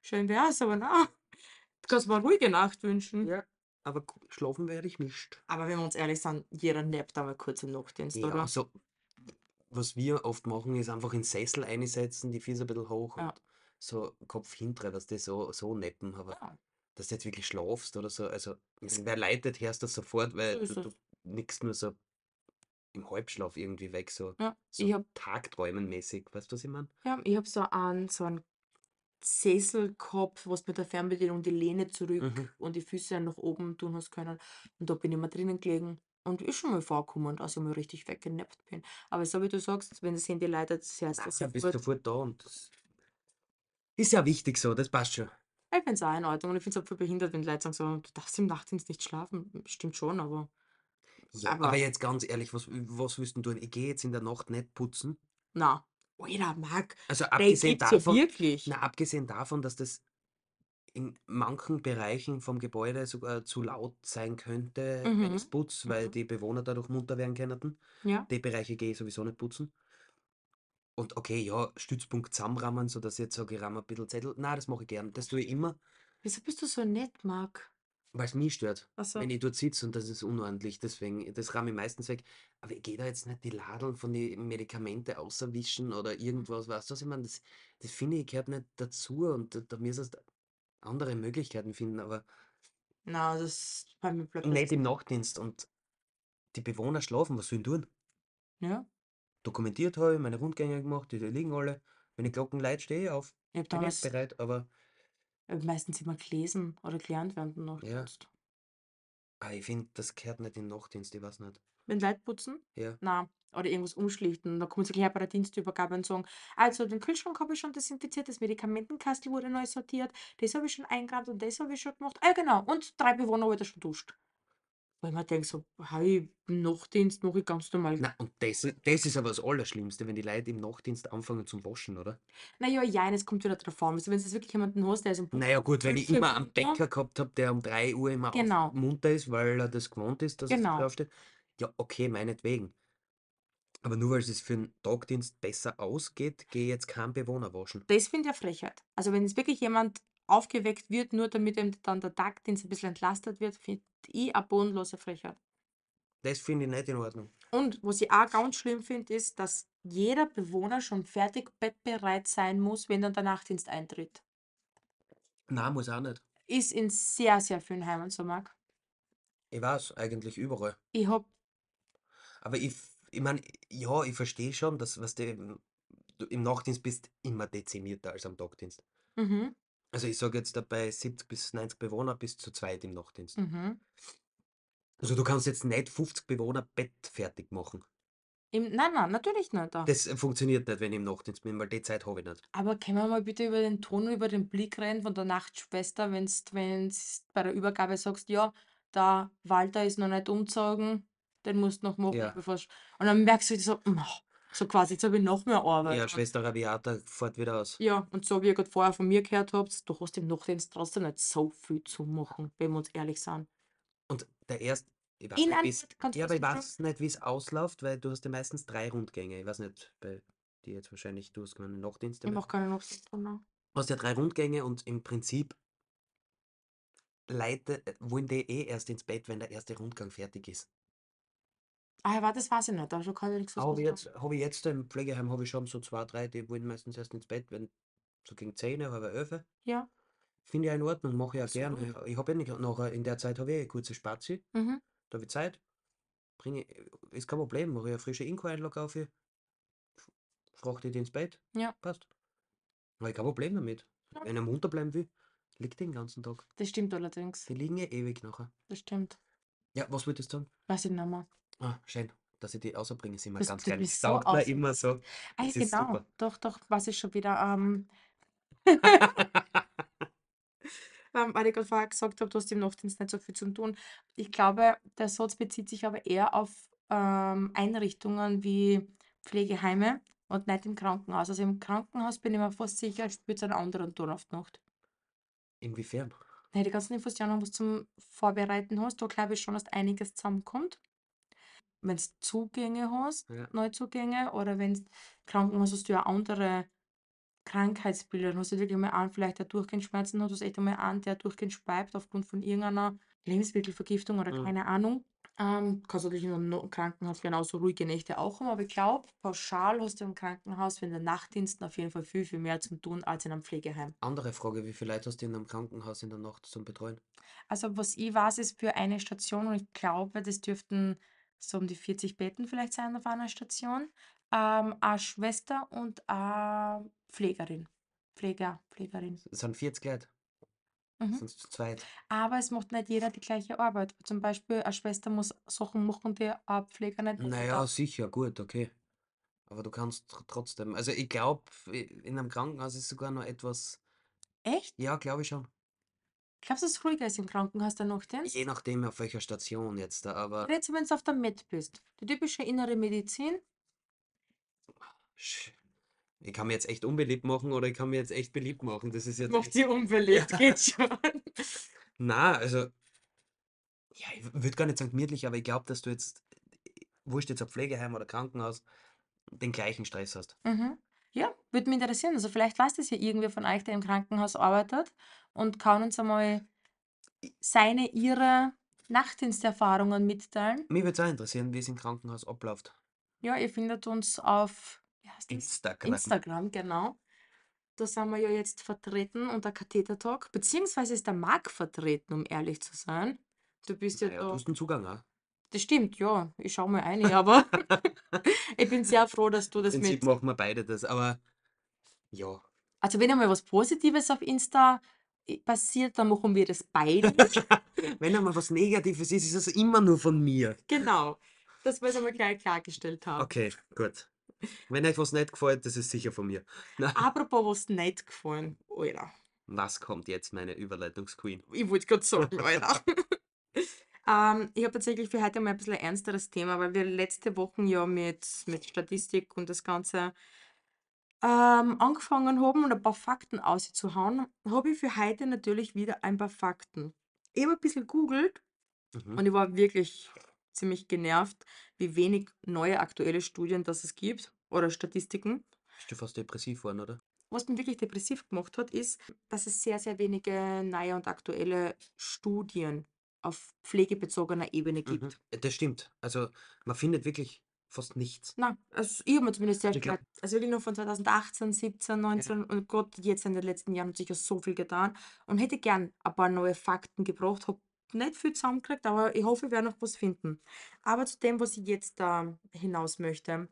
[SPEAKER 1] schön wär's, aber na, du kannst mal ruhige Nacht wünschen.
[SPEAKER 2] Ja. Aber gu- schlafen werde ich nicht.
[SPEAKER 1] Aber wenn wir uns ehrlich sind, jeder nappt einmal kurz im Nachtdienst,
[SPEAKER 2] Ja,
[SPEAKER 1] oder?
[SPEAKER 2] also, was wir oft machen, ist einfach in Sessel einsetzen, die Füße ein bisschen hoch
[SPEAKER 1] Ja.
[SPEAKER 2] und so Kopf hinter, dass die so, so neppen, aber
[SPEAKER 1] Ja,
[SPEAKER 2] dass du jetzt wirklich schlafst oder so. Also, wenn wer leidet, hörst du das sofort,
[SPEAKER 1] so
[SPEAKER 2] weil du,
[SPEAKER 1] ist
[SPEAKER 2] du
[SPEAKER 1] es.
[SPEAKER 2] nix nur so im Halbschlaf irgendwie weg, so,
[SPEAKER 1] Ja.
[SPEAKER 2] so
[SPEAKER 1] Ich hab,
[SPEAKER 2] tagträumenmäßig. Weißt du, was ich meine?
[SPEAKER 1] ja, ich hab so einen, so einen Sesselkopf, was mit der Fernbedienung die Lehne zurück
[SPEAKER 2] Mhm.
[SPEAKER 1] und die Füße nach oben tun hast können. Und da bin ich mal drinnen gelegen. Und ist schon mal vorgekommen, dass ich mal richtig weggenappt bin. Aber so wie du sagst, wenn das Handy leidet, das heißt das
[SPEAKER 2] Nein, bist
[SPEAKER 1] sofort.
[SPEAKER 2] sofort da und das ist ja wichtig so, das passt schon.
[SPEAKER 1] Ich finde es auch in Ordnung und ich finde es auch voll behindert, wenn Leute sagen, so, du darfst im Nachtdienst nicht schlafen. Stimmt schon, aber.
[SPEAKER 2] Ja, aber
[SPEAKER 1] Aber,
[SPEAKER 2] jetzt ganz ehrlich, was, was willst denn du tun? Ich gehe jetzt in der Nacht nicht putzen.
[SPEAKER 1] na. Alter, Marc,
[SPEAKER 2] Also
[SPEAKER 1] den
[SPEAKER 2] abgesehen
[SPEAKER 1] gibt's ja
[SPEAKER 2] davon,
[SPEAKER 1] wirklich.
[SPEAKER 2] na, abgesehen davon, dass das in manchen Bereichen vom Gebäude sogar zu laut sein könnte, wenn ich
[SPEAKER 1] Mhm.
[SPEAKER 2] es putze, weil
[SPEAKER 1] Mhm.
[SPEAKER 2] die Bewohner dadurch munter werden könnten.
[SPEAKER 1] Ja.
[SPEAKER 2] Die Bereiche gehe ich sowieso nicht putzen. Und okay, ja, Stützpunkt zusammenrammen, sodass ich jetzt sage, ich ramme ein bisschen Zettel. Nein, das mache ich gern. Das tue ich immer,
[SPEAKER 1] Wieso bist du so nett, Marc?
[SPEAKER 2] weil es mich stört.
[SPEAKER 1] Also,
[SPEAKER 2] Wenn ich dort sitze und das ist unordentlich, deswegen, das ramme ich meistens weg. Aber ich gehe da jetzt nicht die Ladeln von den Medikamente auserwischen oder irgendwas, weißt du, was ich meine? Das, das finde ich gehört nicht dazu und da, da müsstest andere Möglichkeiten finden, aber
[SPEAKER 1] na, das bei mir bleibt das.
[SPEAKER 2] nicht im Nachtdienst und die Bewohner schlafen, was sollen die tun?
[SPEAKER 1] Ja.
[SPEAKER 2] Dokumentiert habe ich, meine Rundgänge gemacht, die, die liegen alle. Wenn die Glocken läuten, stehe ich auf.
[SPEAKER 1] Ich habe
[SPEAKER 2] Bin
[SPEAKER 1] damals
[SPEAKER 2] jetzt bereit, aber
[SPEAKER 1] ich hab meistens immer gelesen oder gelernt während dem
[SPEAKER 2] ja,
[SPEAKER 1] Nachtdienst.
[SPEAKER 2] ah, ich finde, das gehört nicht in den Nachtdienst, ich weiß nicht.
[SPEAKER 1] Wenn Leute putzen?
[SPEAKER 2] Ja,
[SPEAKER 1] Na, oder irgendwas umschlichten. Dann kommen sie gleich bei der Dienstübergabe und sagen, also den Kühlschrank habe ich schon desinfiziert, das Medikamentenkastel wurde neu sortiert, das habe ich schon eingeräumt und das habe ich schon gemacht. Ah, genau, und drei Bewohner habe ich da schon duscht. Weil man denkt so, hey, Nachtdienst mache ich ganz normal.
[SPEAKER 2] na und das, i- das ist aber das Allerschlimmste, wenn die Leute im Nachtdienst anfangen zum Waschen, oder?
[SPEAKER 1] Naja, ja, es kommt wieder drauf an. Also wenn du jetzt wirklich jemanden hast, der ist um
[SPEAKER 2] Naja, gut, wenn
[SPEAKER 1] halb
[SPEAKER 2] ich
[SPEAKER 1] vier
[SPEAKER 2] immer einen
[SPEAKER 1] munter,
[SPEAKER 2] Bäcker gehabt habe, der um 3 Uhr immer auf
[SPEAKER 1] Genau,
[SPEAKER 2] munter ist, weil er das gewohnt ist, dass es früh
[SPEAKER 1] genau.
[SPEAKER 2] aufsteht, ja, okay, meinetwegen. Aber nur weil es für den Tagdienst besser ausgeht, gehe ich jetzt keinen Bewohner waschen.
[SPEAKER 1] Das finde ich eine Frechheit. Also wenn jetzt wirklich jemand aufgeweckt wird, nur damit ihm dann der Tagdienst ein bisschen entlastet wird, finde ich eine bodenlose Frechheit.
[SPEAKER 2] Das finde ich nicht in Ordnung.
[SPEAKER 1] Und was ich auch ganz schlimm finde, ist, dass jeder Bewohner schon fertig bettbereit sein muss, wenn dann der Nachtdienst eintritt.
[SPEAKER 2] Nein, muss auch nicht.
[SPEAKER 1] Ist in sehr, sehr vielen Heimen so, Marc.
[SPEAKER 2] Ich weiß, eigentlich überall.
[SPEAKER 1] Ich habe,
[SPEAKER 2] Aber ich, f- ich meine, ja, ich verstehe schon, dass was du, im- du im Nachtdienst bist, immer dezimierter als am Tagdienst.
[SPEAKER 1] mhm,
[SPEAKER 2] Also ich sage jetzt da bei 70 bis 90 Bewohner bist du zu zweit im Nachtdienst.
[SPEAKER 1] mhm.
[SPEAKER 2] Also du kannst jetzt nicht 50 Bewohner Bett fertig machen.
[SPEAKER 1] Im, nein, nein, natürlich nicht. Da.
[SPEAKER 2] Das äh, funktioniert nicht, wenn ich im Nachtdienst bin, weil die Zeit habe ich nicht.
[SPEAKER 1] Aber können wir mal bitte über den Ton und über den Blick reden von der Nachtschwester, wenn's, wenn's bei der Übergabe sagst, ja, der Walter ist noch nicht umgezogen, den musst du noch machen,
[SPEAKER 2] Ja.
[SPEAKER 1] bevor sch- Und dann merkst du so, "Mah", so quasi, jetzt habe ich noch mehr Arbeit.
[SPEAKER 2] Ja,
[SPEAKER 1] Und
[SPEAKER 2] Schwester Rabiata fährt wieder aus.
[SPEAKER 1] ja, und so wie ihr gerade vorher von mir gehört habt, du hast im Nachtdienst trotzdem nicht so viel zu machen, wenn wir uns ehrlich sind.
[SPEAKER 2] Und der erst, ich weiß
[SPEAKER 1] In
[SPEAKER 2] nicht, wie's,
[SPEAKER 1] Antwort, kannst du
[SPEAKER 2] ja,
[SPEAKER 1] was
[SPEAKER 2] aber ich
[SPEAKER 1] sagen?
[SPEAKER 2] weiß nicht, wie es ausläuft, weil du hast ja meistens drei Rundgänge. Ich weiß nicht, bei dir jetzt wahrscheinlich, du hast keine Nachtdienste,
[SPEAKER 1] Ich
[SPEAKER 2] aber
[SPEAKER 1] mache keine Nachtdienst. Anna.
[SPEAKER 2] du hast ja drei Rundgänge und im Prinzip Leute äh, wollen die eh erst ins Bett, wenn der erste Rundgang fertig ist.
[SPEAKER 1] Ah, ja, warte, das weiß ich nicht, also kann ich nichts dazu
[SPEAKER 2] Aber
[SPEAKER 1] sagen.
[SPEAKER 2] jetzt, habe ich jetzt im Pflegeheim habe ich schon so zwei, drei, die wollen meistens erst ins Bett, wenn so gegen 10, halb 11.
[SPEAKER 1] Ja,
[SPEAKER 2] Finde ich auch in Ordnung, mache ich auch gern.
[SPEAKER 1] absolut.
[SPEAKER 2] Ich habe ja nicht nachher, in der Zeit habe ich eh eine kurze Spazi,
[SPEAKER 1] Mhm.
[SPEAKER 2] da habe ich Zeit, bringe, ist kein Problem, mache ich eine frische Inko-Einlage auf, frage die ins Bett,
[SPEAKER 1] Ja,
[SPEAKER 2] passt. Habe ich kein Problem damit.
[SPEAKER 1] ja,
[SPEAKER 2] Wenn er munter bleiben will, liegt den ganzen Tag.
[SPEAKER 1] das stimmt allerdings.
[SPEAKER 2] Die liegen ja ewig nachher.
[SPEAKER 1] Das stimmt.
[SPEAKER 2] Ja, was würdest du sagen?
[SPEAKER 1] Weiß ich nicht mehr.
[SPEAKER 2] Ah, schön, dass ich die außerbringe, sind wir
[SPEAKER 1] Das
[SPEAKER 2] ganz
[SPEAKER 1] tut
[SPEAKER 2] geil.
[SPEAKER 1] mich
[SPEAKER 2] Das
[SPEAKER 1] so
[SPEAKER 2] taugt mir
[SPEAKER 1] aus.
[SPEAKER 2] immer so.
[SPEAKER 1] <laughs> Ah, ja,
[SPEAKER 2] Das ist
[SPEAKER 1] genau.
[SPEAKER 2] super.
[SPEAKER 1] Doch, doch, was ich schon wieder, ähm, ähm, weil ich gerade vorher gesagt habe, du hast im Nachtdienst nicht so viel zu tun. Ich glaube, der Satz bezieht sich aber eher auf ähm, Einrichtungen wie Pflegeheime und nicht im Krankenhaus. Also im Krankenhaus bin ich mir fast sicher, spürt es einen anderen Ton auf die Nacht.
[SPEAKER 2] Inwiefern?
[SPEAKER 1] Na, die ganzen Infos, die auch noch was zum Vorbereiten hast, da glaube ich schon, dass einiges zusammenkommt. Wenn du Zugänge hast,
[SPEAKER 2] Ja.
[SPEAKER 1] Neuzugänge, oder wenn du Krankenhaus hast, du ja andere Krankheitsbilder. Dann hast du wirklich mal einen, vielleicht der durchgehend Schmerzen hat, du hast echt einmal einen, der durchgehend speibt aufgrund von irgendeiner Lebensmittelvergiftung oder
[SPEAKER 2] Mhm.
[SPEAKER 1] keine Ahnung. Ähm, kannst natürlich in einem No- Krankenhaus genauso ruhige Nächte auch haben, aber ich glaube, pauschal hast du im Krankenhaus, wenn der Nachtdiensten auf jeden Fall viel, viel mehr zu tun als in einem Pflegeheim.
[SPEAKER 2] Andere Frage, wie viel Leute hast du in einem Krankenhaus in der Nacht zum Betreuen?
[SPEAKER 1] Also was ich weiß, ist für eine Station, und ich glaube, das dürften so um die 40 Betten vielleicht sein auf einer Station, ähm, eine Schwester und eine Pflegerin. Pfleger, Pflegerin.
[SPEAKER 2] Es sind 40 Leute,
[SPEAKER 1] Mhm.
[SPEAKER 2] sind zu zweit.
[SPEAKER 1] Aber es macht nicht jeder die gleiche Arbeit. Zum Beispiel eine Schwester muss Sachen machen, die ein Pfleger nicht machen
[SPEAKER 2] Naja,
[SPEAKER 1] darf.
[SPEAKER 2] sicher, gut, okay. Aber du kannst tr- trotzdem. Also ich glaube, in einem Krankenhaus ist sogar noch etwas.
[SPEAKER 1] Echt?
[SPEAKER 2] Ja, glaube ich schon.
[SPEAKER 1] Glaubst du, dass es ruhiger ist im Krankenhaus der Nachtdienst?
[SPEAKER 2] Je nachdem auf welcher Station jetzt da, aber
[SPEAKER 1] Jetzt, wenn du auf der Med bist. Die typische innere Medizin.
[SPEAKER 2] sch- ich kann mir jetzt echt unbeliebt machen oder ich kann mir jetzt echt beliebt machen. Das
[SPEAKER 1] <laughs>
[SPEAKER 2] ist jetzt.
[SPEAKER 1] Macht dir unbeliebt,
[SPEAKER 2] Ja.
[SPEAKER 1] geht schon.
[SPEAKER 2] Na, also. Ja, ich würde gar nicht sagen gemütlich, aber ich glaube, dass du jetzt, wurscht jetzt ob Pflegeheim oder Krankenhaus, den gleichen Stress hast.
[SPEAKER 1] Mhm. Ja, würde mich interessieren. Also vielleicht weiß das ja irgendwer von euch, der im Krankenhaus arbeitet und kann uns einmal seine, ihre Nachtdiensterfahrungen mitteilen.
[SPEAKER 2] Mich würde es auch interessieren, wie es im Krankenhaus abläuft.
[SPEAKER 1] Ja, ihr findet uns auf, wie heißt das?
[SPEAKER 2] Instagram.
[SPEAKER 1] Instagram, genau. Da sind wir ja jetzt vertreten unter Katheter Talk, beziehungsweise ist der Marc vertreten, um ehrlich zu sein. Du bist ja
[SPEAKER 2] Naja, du
[SPEAKER 1] da.
[SPEAKER 2] hast einen Zugang ah. auch.
[SPEAKER 1] Das stimmt, ja. Ich schau mal ein, aber <laughs> ich bin sehr froh, dass du
[SPEAKER 2] Im
[SPEAKER 1] das
[SPEAKER 2] Prinzip
[SPEAKER 1] mit.
[SPEAKER 2] machen wir beide das, aber ja.
[SPEAKER 1] Also wenn einmal was Positives auf Insta i- passiert, dann machen wir das beide. <laughs>
[SPEAKER 2] Wenn einmal was Negatives ist, ist es immer nur von mir.
[SPEAKER 1] Genau. Dass wir es einmal gleich klargestellt haben.
[SPEAKER 2] Okay, gut. Wenn euch was nicht gefällt, das ist sicher von mir. Na,
[SPEAKER 1] Apropos, was nicht gefallen, Alter.
[SPEAKER 2] was kommt jetzt, meine Überleitungsqueen?
[SPEAKER 1] Ich wollte gerade sagen, Alter. <laughs> ähm, ich habe tatsächlich für heute mal ein bisschen ein ernsteres Thema, weil wir letzte Woche ja mit, mit Statistik und das Ganze ähm, angefangen haben und ein paar Fakten auszuhauen, habe ich für heute natürlich wieder ein paar Fakten. Ich habe ein bisschen googelt
[SPEAKER 2] Mhm.
[SPEAKER 1] Und ich war wirklich ziemlich genervt, wie wenig neue aktuelle Studien das es gibt oder Statistiken.
[SPEAKER 2] Bist du fast depressiv geworden, oder?
[SPEAKER 1] Was mich wirklich depressiv gemacht hat, ist, dass es sehr, sehr wenige neue und aktuelle Studien auf pflegebezogener Ebene
[SPEAKER 2] Mhm.
[SPEAKER 1] gibt.
[SPEAKER 2] Das stimmt. Also, man findet wirklich fast nichts.
[SPEAKER 1] Na, also ich habe mir zumindest sehr
[SPEAKER 2] Ich glaub-
[SPEAKER 1] spät, also wirklich noch von 2018, 17,
[SPEAKER 2] Ja.
[SPEAKER 1] 19 und Gott, jetzt in den letzten Jahren hat sich ja so viel getan und hätte gern ein paar neue Fakten gebracht, habe nicht viel zusammengekriegt, aber ich hoffe, ich werde noch was finden. Aber zu dem, was ich jetzt da hinaus möchte.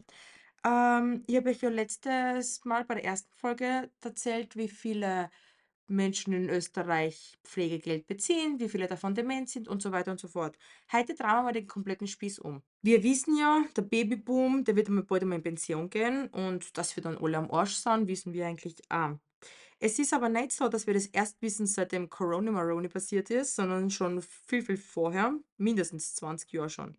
[SPEAKER 1] Ähm, ich habe euch ja letztes Mal bei der ersten Folge erzählt, wie viele Menschen in Österreich Pflegegeld beziehen, wie viele davon dement sind und so weiter und so fort. Heute drehen wir mal den kompletten Spieß um. Wir wissen ja, der Babyboom, der wird einmal bald einmal in Pension gehen und dass wir dann alle am Arsch sind, wissen wir eigentlich auch. Es ist aber nicht so, dass wir das erst wissen, seitdem Corona Maroni passiert ist, sondern schon viel, viel vorher, mindestens 20 Jahre schon.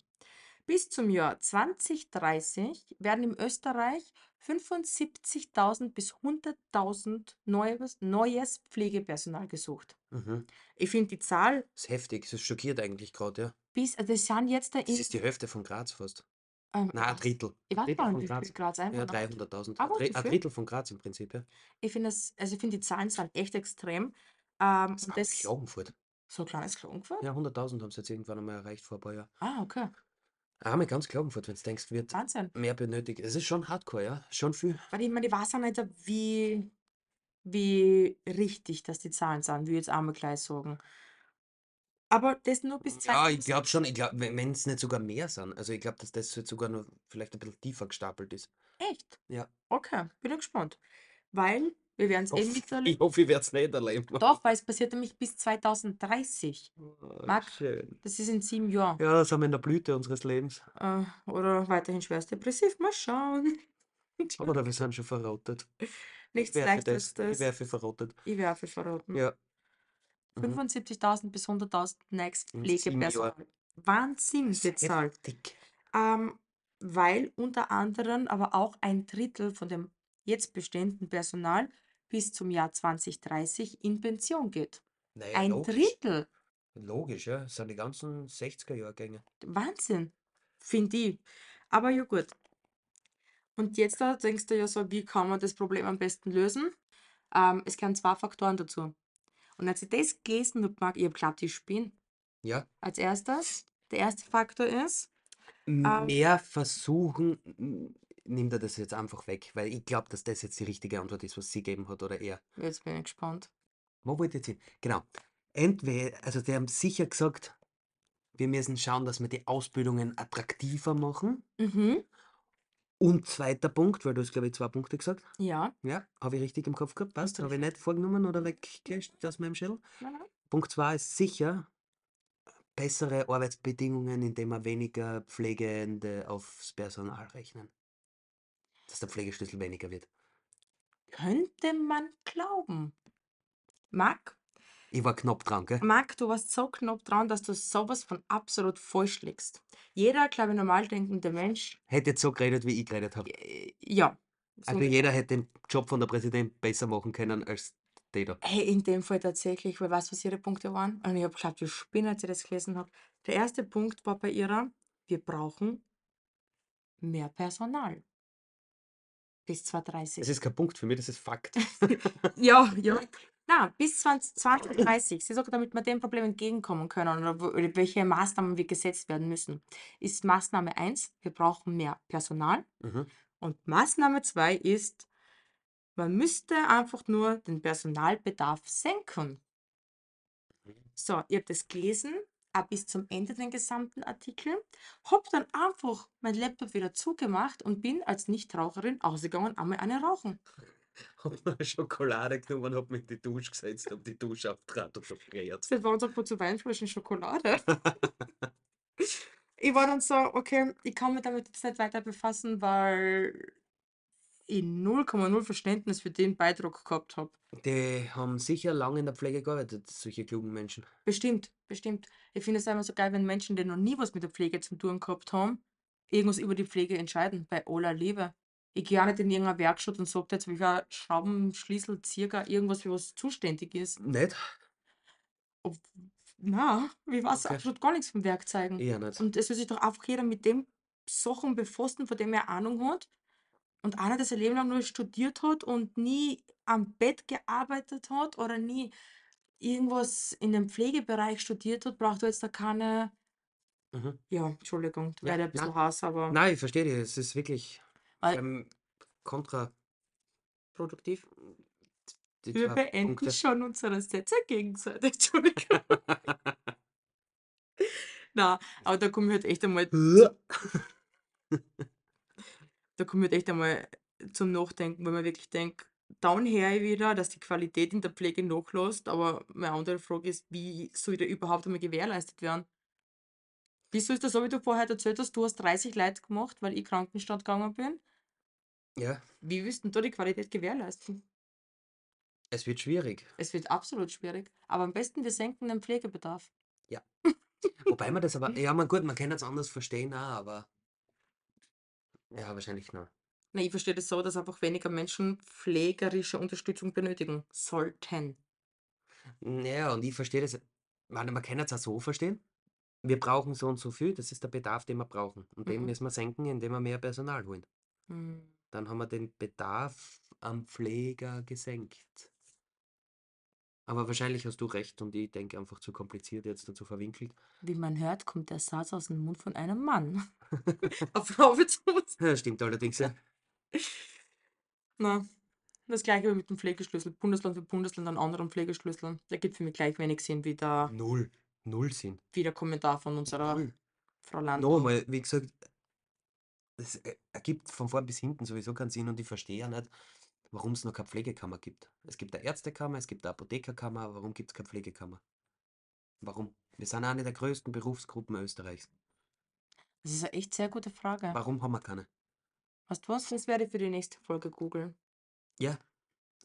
[SPEAKER 1] Bis zum Jahr 2030 werden in Österreich 75.000 bis 100.000 neues, neues Pflegepersonal gesucht.
[SPEAKER 2] Mhm.
[SPEAKER 1] Ich finde die Zahl
[SPEAKER 2] Das ist heftig, das schockiert eigentlich gerade, ja.
[SPEAKER 1] bis, also das sind jetzt da
[SPEAKER 2] Das
[SPEAKER 1] in,
[SPEAKER 2] ist die Hälfte von Graz fast.
[SPEAKER 1] ähm, ich
[SPEAKER 2] Nein, ein
[SPEAKER 1] weiß,
[SPEAKER 2] Drittel.
[SPEAKER 1] ich
[SPEAKER 2] Ein
[SPEAKER 1] weiß
[SPEAKER 2] Drittel
[SPEAKER 1] gar
[SPEAKER 2] von
[SPEAKER 1] nicht, wie viel
[SPEAKER 2] Graz.
[SPEAKER 1] Graz
[SPEAKER 2] Ja,
[SPEAKER 1] Einwohner hat.
[SPEAKER 2] 300.000. Ein
[SPEAKER 1] Aber
[SPEAKER 2] Dri-
[SPEAKER 1] so
[SPEAKER 2] ein
[SPEAKER 1] viel?
[SPEAKER 2] Drittel von Graz im Prinzip, ja.
[SPEAKER 1] Ich finde das, also ich finde die Zahlen sind echt extrem. Ähm,
[SPEAKER 2] Also Das ist
[SPEAKER 1] und
[SPEAKER 2] auch
[SPEAKER 1] das,
[SPEAKER 2] Klagenfurt.
[SPEAKER 1] so ein kleines Klagenfurt?
[SPEAKER 2] Ja, 100.000 haben sie jetzt irgendwann einmal erreicht vor ein paar Jahren.
[SPEAKER 1] Ah, okay.
[SPEAKER 2] Arme ganz Klagenfurt, wenn du denkst, wird
[SPEAKER 1] Wahnsinn.
[SPEAKER 2] mehr benötigt. Es ist schon hardcore, ja. Schon viel.
[SPEAKER 1] Weil ich meine, ich weiß auch nicht, wie, wie richtig das die Zahlen sind, wie jetzt einmal gleich sagen. Aber das nur bis
[SPEAKER 2] Ja, ich
[SPEAKER 1] 2000.
[SPEAKER 2] glaube schon, ich glaube, wenn es nicht sogar mehr sind. Also ich glaube, dass das jetzt sogar noch vielleicht ein bisschen tiefer gestapelt ist.
[SPEAKER 1] Echt?
[SPEAKER 2] Ja.
[SPEAKER 1] Okay, bin ja gespannt. Weil wir werden es eben
[SPEAKER 2] Hoff, <laughs> ich
[SPEAKER 1] miterleben.
[SPEAKER 2] hoffe, ich werde es nicht erleben.
[SPEAKER 1] Doch, weil es passiert nämlich bis 2030.
[SPEAKER 2] Oh,
[SPEAKER 1] Marc,
[SPEAKER 2] schön.
[SPEAKER 1] das ist in sieben Jahren.
[SPEAKER 2] Ja, das sind wir in der Blüte unseres Lebens.
[SPEAKER 1] Äh, oder weiterhin schwerst depressiv, mal schauen.
[SPEAKER 2] Oder wir sind schon verrottet. Ich
[SPEAKER 1] <laughs> Nichts
[SPEAKER 2] werfe das. Ich
[SPEAKER 1] Leichteres.
[SPEAKER 2] werfe verrottet.
[SPEAKER 1] Ich werfe verraten.
[SPEAKER 2] Ja. Mhm.
[SPEAKER 1] 75.000 bis 100.000 nächstes
[SPEAKER 2] In sieben Jahren.
[SPEAKER 1] Pflegepersonal. Wahnsinn, die Zahl.
[SPEAKER 2] Heftig.
[SPEAKER 1] Ähm, weil unter anderem aber auch ein Drittel von dem jetzt bestehenden Personal bis zum Jahr 2030 in Pension geht.
[SPEAKER 2] Naja,
[SPEAKER 1] Ein
[SPEAKER 2] logisch.
[SPEAKER 1] Drittel.
[SPEAKER 2] Logisch, ja. Das sind die ganzen 60er-Jahrgänge.
[SPEAKER 1] Wahnsinn. Finde ich. Aber ja gut. Und jetzt da denkst du ja so, wie kann man das Problem am besten lösen? Ähm, es gehören zwei Faktoren dazu. Und als ich das gelesen habe, Marc, ich habe geglaubt, ich spinne.
[SPEAKER 2] Ja.
[SPEAKER 1] Als erstes, der erste Faktor ist, Ähm.
[SPEAKER 2] Mehr versuchen, n- nimmt er das jetzt einfach weg, weil ich glaube, dass das jetzt die richtige Antwort ist, was sie gegeben hat oder er.
[SPEAKER 1] jetzt bin ich gespannt.
[SPEAKER 2] Wo wollt ihr jetzt hin? Genau. Entweder, also die haben sicher gesagt, wir müssen schauen, dass wir die Ausbildungen attraktiver machen.
[SPEAKER 1] Mhm,
[SPEAKER 2] Und zweiter Punkt, weil du hast, glaube ich, zwei Punkte gesagt.
[SPEAKER 1] ja.
[SPEAKER 2] Ja, habe ich richtig im Kopf gehabt? Passt?
[SPEAKER 1] Hast du
[SPEAKER 2] Habe ich nicht vorgenommen oder weggestellt aus meinem Schädel?
[SPEAKER 1] Nein, nein.
[SPEAKER 2] Punkt zwei ist sicher bessere Arbeitsbedingungen, indem wir weniger Pflegende aufs Personal rechnen. Dass der Pflegeschlüssel weniger wird.
[SPEAKER 1] Könnte man glauben. Marc,
[SPEAKER 2] Ich war knapp dran, gell?
[SPEAKER 1] Marc, du warst so knapp dran, dass du sowas von absolut falsch liegst. Jeder, glaube ich, normal denkende Mensch,
[SPEAKER 2] Hätte jetzt so geredet, wie ich geredet habe.
[SPEAKER 1] äh, ja. so
[SPEAKER 2] Also
[SPEAKER 1] ungefähr.
[SPEAKER 2] jeder hätte den Job von der Präsident besser machen können als der da.
[SPEAKER 1] Hey, in dem Fall tatsächlich, weil weißt du, was ihre Punkte waren? Und ich habe geglaubt, ich spinne, als ich das gelesen habe. Der erste Punkt war bei ihrer, wir brauchen mehr Personal. Bis
[SPEAKER 2] Das
[SPEAKER 1] 2030.
[SPEAKER 2] ist kein Punkt für mich, das ist <laughs> Fakt.
[SPEAKER 1] Ja, ja. Na, bis 20, 2030. Sie sagt, damit wir dem Problem entgegenkommen können oder wo- oder welche Maßnahmen wir gesetzt werden müssen, ist Maßnahme 1, wir brauchen mehr Personal.
[SPEAKER 2] Mhm.
[SPEAKER 1] Und Maßnahme 2 ist, man müsste einfach nur den Personalbedarf senken. So, ich habe das gelesen, auch bis zum Ende den gesamten Artikel, habe dann einfach mein Laptop wieder zugemacht und bin als Nichtraucherin ausgegangen, einmal eine rauchen.
[SPEAKER 2] Hab mir eine Schokolade genommen, hab mich in die Dusche gesetzt, hab die Dusche abgetrat und hab gerät.
[SPEAKER 1] Das war unser Brot zu Weinflaschen Schokolade. ich war dann so, okay, ich kann mich damit jetzt nicht weiter befassen, weil ich 0,0 Verständnis für den Beitrag gehabt habe.
[SPEAKER 2] Die haben sicher lange in der Pflege gearbeitet, solche klugen Menschen.
[SPEAKER 1] Bestimmt, bestimmt. Ich finde es immer so geil, wenn Menschen, die noch nie was mit der Pflege zu tun gehabt haben, irgendwas über die Pflege entscheiden, bei aller Liebe. Ich gehe auch nicht in irgendeine Werkstatt und sage jetzt, welcher Schrauben, Schlüssel, Zirka, irgendwas, für was zuständig ist.
[SPEAKER 2] Nicht?
[SPEAKER 1] Ob, na, wie was,
[SPEAKER 2] Okay.
[SPEAKER 1] absolut gar nichts vom Werk zeigen.
[SPEAKER 2] Ja, nicht.
[SPEAKER 1] Und es soll sich doch einfach jeder mit dem Sachen befassen, von dem er Ahnung hat. Und einer, der sein Leben lang nur studiert hat und nie am Bett gearbeitet hat oder nie irgendwas in dem Pflegebereich studiert hat, braucht er jetzt da keine.
[SPEAKER 2] Mhm.
[SPEAKER 1] Ja, Entschuldigung, da
[SPEAKER 2] Ja,
[SPEAKER 1] werde ich ein bisschen heiß, aber
[SPEAKER 2] Nein, ich verstehe dich, es ist wirklich
[SPEAKER 1] Weil-
[SPEAKER 2] ähm, kontra
[SPEAKER 1] produktiv.
[SPEAKER 2] die
[SPEAKER 1] Wir
[SPEAKER 2] zwei
[SPEAKER 1] beenden
[SPEAKER 2] Punkte.
[SPEAKER 1] schon unsere Sätze gegenseitig. <laughs>
[SPEAKER 2] <laughs>
[SPEAKER 1] Entschuldigung. Nein, aber da komme ich halt echt einmal, da komme ich halt echt einmal zum Nachdenken, wenn man wirklich denkt, dann her wieder, dass die Qualität in der Pflege nachlässt. Aber meine andere Frage ist, wie soll da überhaupt einmal gewährleistet werden? Wieso ist das so, wie du vorher erzählt hast, du hast 30 Leute gemacht, weil ich Krankenstand gegangen bin?
[SPEAKER 2] Ja,
[SPEAKER 1] Wie willst du denn da die Qualität gewährleisten?
[SPEAKER 2] es wird schwierig.
[SPEAKER 1] Es wird absolut schwierig. Aber am besten, wir senken den Pflegebedarf.
[SPEAKER 2] Wobei man das aber, ja, man, gut, man kann es anders verstehen, auch, aber. Ja, wahrscheinlich noch.
[SPEAKER 1] Na, ich verstehe das so, dass einfach weniger Menschen pflegerische Unterstützung benötigen sollten.
[SPEAKER 2] Hm, Ja, und ich verstehe das. Man, man kann es auch so verstehen. Wir brauchen so und so viel, das ist der Bedarf, den wir brauchen. Und den
[SPEAKER 1] Mhm.
[SPEAKER 2] müssen wir senken, indem wir mehr Personal holen.
[SPEAKER 1] Hm.
[SPEAKER 2] Dann haben wir den Bedarf am Pfleger gesenkt. Aber wahrscheinlich hast du recht und ich denke einfach zu kompliziert jetzt und zu verwinkelt. <laughs>
[SPEAKER 1] Wie man hört, kommt der Satz aus dem Mund von einem Mann. Eine Frau wird's uns.
[SPEAKER 2] Ja, stimmt allerdings, ja.
[SPEAKER 1] Na, das gleiche wie mit dem Pflegeschlüssel. Bundesland für Bundesland an anderen Pflegeschlüsseln. Da gibt für mich gleich wenig Sinn wie der,
[SPEAKER 2] Null. Null Sinn.
[SPEAKER 1] wie der Kommentar von unserer
[SPEAKER 2] Null.
[SPEAKER 1] Frau Land.
[SPEAKER 2] Nochmal, wie gesagt, das äh, ergibt von vorn bis hinten sowieso keinen Sinn und ich verstehe ja nicht, warum es noch keine Pflegekammer gibt. Es gibt eine Ärztekammer, es gibt eine Apothekerkammer, aber warum gibt es keine Pflegekammer? Warum? Wir sind eine der größten Berufsgruppen Österreichs.
[SPEAKER 1] Das ist eine echt sehr gute Frage.
[SPEAKER 2] Warum haben wir keine?
[SPEAKER 1] Weißt du was? Das werde ich für die nächste Folge googeln.
[SPEAKER 2] Ja,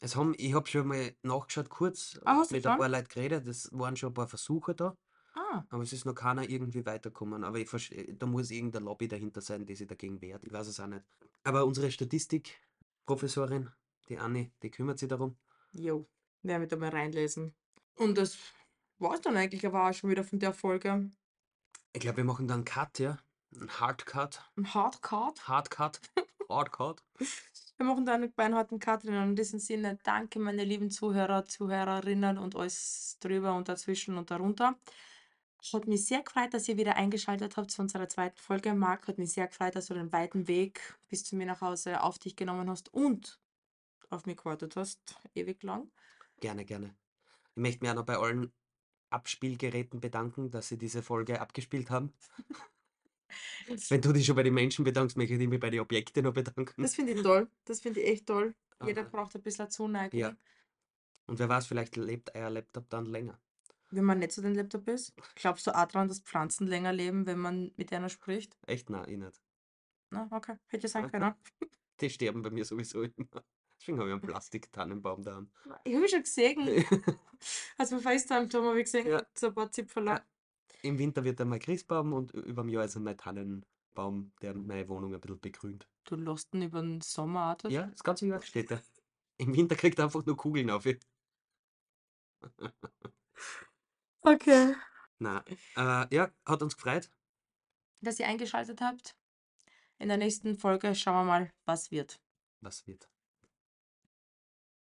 [SPEAKER 2] es haben, ich habe schon mal nachgeschaut, kurz
[SPEAKER 1] Ah, hast du
[SPEAKER 2] mit ein
[SPEAKER 1] schon?
[SPEAKER 2] paar Leuten geredet, es waren schon ein paar Versuche da,
[SPEAKER 1] Ah,
[SPEAKER 2] aber es ist noch keiner irgendwie weitergekommen. Aber ich verstehe, da muss irgendeine Lobby dahinter sein, die sich dagegen wehrt. Ich weiß es auch nicht. Aber unsere Statistikprofessorin, die Anni, die kümmert sich darum.
[SPEAKER 1] jo. Werden wir da mal reinlesen. Und das war's dann eigentlich, aber auch schon wieder von der Folge.
[SPEAKER 2] Ich glaube, wir machen dann einen Cut, ja? Ein Hardcut.
[SPEAKER 1] Ein Hardcard.
[SPEAKER 2] <laughs> Hardcut. Hardcut.
[SPEAKER 1] Wir machen dann einen beinharten Cut drin. Und in diesem Sinne, danke meine lieben Zuhörer, Zuhörerinnen und alles drüber und dazwischen und darunter. Hat mich sehr gefreut, dass ihr wieder eingeschaltet habt zu unserer zweiten Folge. Marc, hat mich sehr gefreut, dass du den weiten Weg bis zu mir nach Hause auf dich genommen hast und auf mich gewartet hast. Ewig lang.
[SPEAKER 2] Gerne, gerne. Ich möchte mich auch noch bei allen Abspielgeräten bedanken, dass sie diese Folge abgespielt haben. Wenn du dich schon bei den Menschen bedankst, möchte ich mich bei den Objekten noch bedanken.
[SPEAKER 1] Das finde ich toll. Das finde ich echt toll. Jeder
[SPEAKER 2] Aha.
[SPEAKER 1] braucht ein bisschen Zuneigung.
[SPEAKER 2] Ah. Ja. Und wer weiß, vielleicht lebt euer Laptop dann länger.
[SPEAKER 1] Wenn man nicht so den Laptop ist, glaubst du auch daran, dass Pflanzen länger leben, wenn man mit einer spricht?
[SPEAKER 2] Echt? Nein, ich nicht.
[SPEAKER 1] Na, okay. Hätte ich
[SPEAKER 2] Ah,
[SPEAKER 1] sagen können.
[SPEAKER 2] Die sterben bei mir sowieso immer. Deswegen habe ich einen Plastiktannenbaum da. <laughs>
[SPEAKER 1] Ich habe schon gesehen, als wir FaceTime haben, habe ich gesehen,
[SPEAKER 2] Ja.
[SPEAKER 1] so ein paar Zipferler.
[SPEAKER 2] Im Winter wird dann mein Christbaum und überm Jahr ist dann mein Tannenbaum, der meine Wohnung ein bisschen begrünt.
[SPEAKER 1] Du lässt ihn über den Sommer auch das.
[SPEAKER 2] Ja, das ganze Jahr steht er. Im Winter kriegt er einfach nur Kugeln auf.
[SPEAKER 1] Okay.
[SPEAKER 2] Nein. Äh, ja, hat uns gefreut.
[SPEAKER 1] Dass ihr eingeschaltet habt. In der nächsten Folge schauen wir mal, was wird.
[SPEAKER 2] Was wird?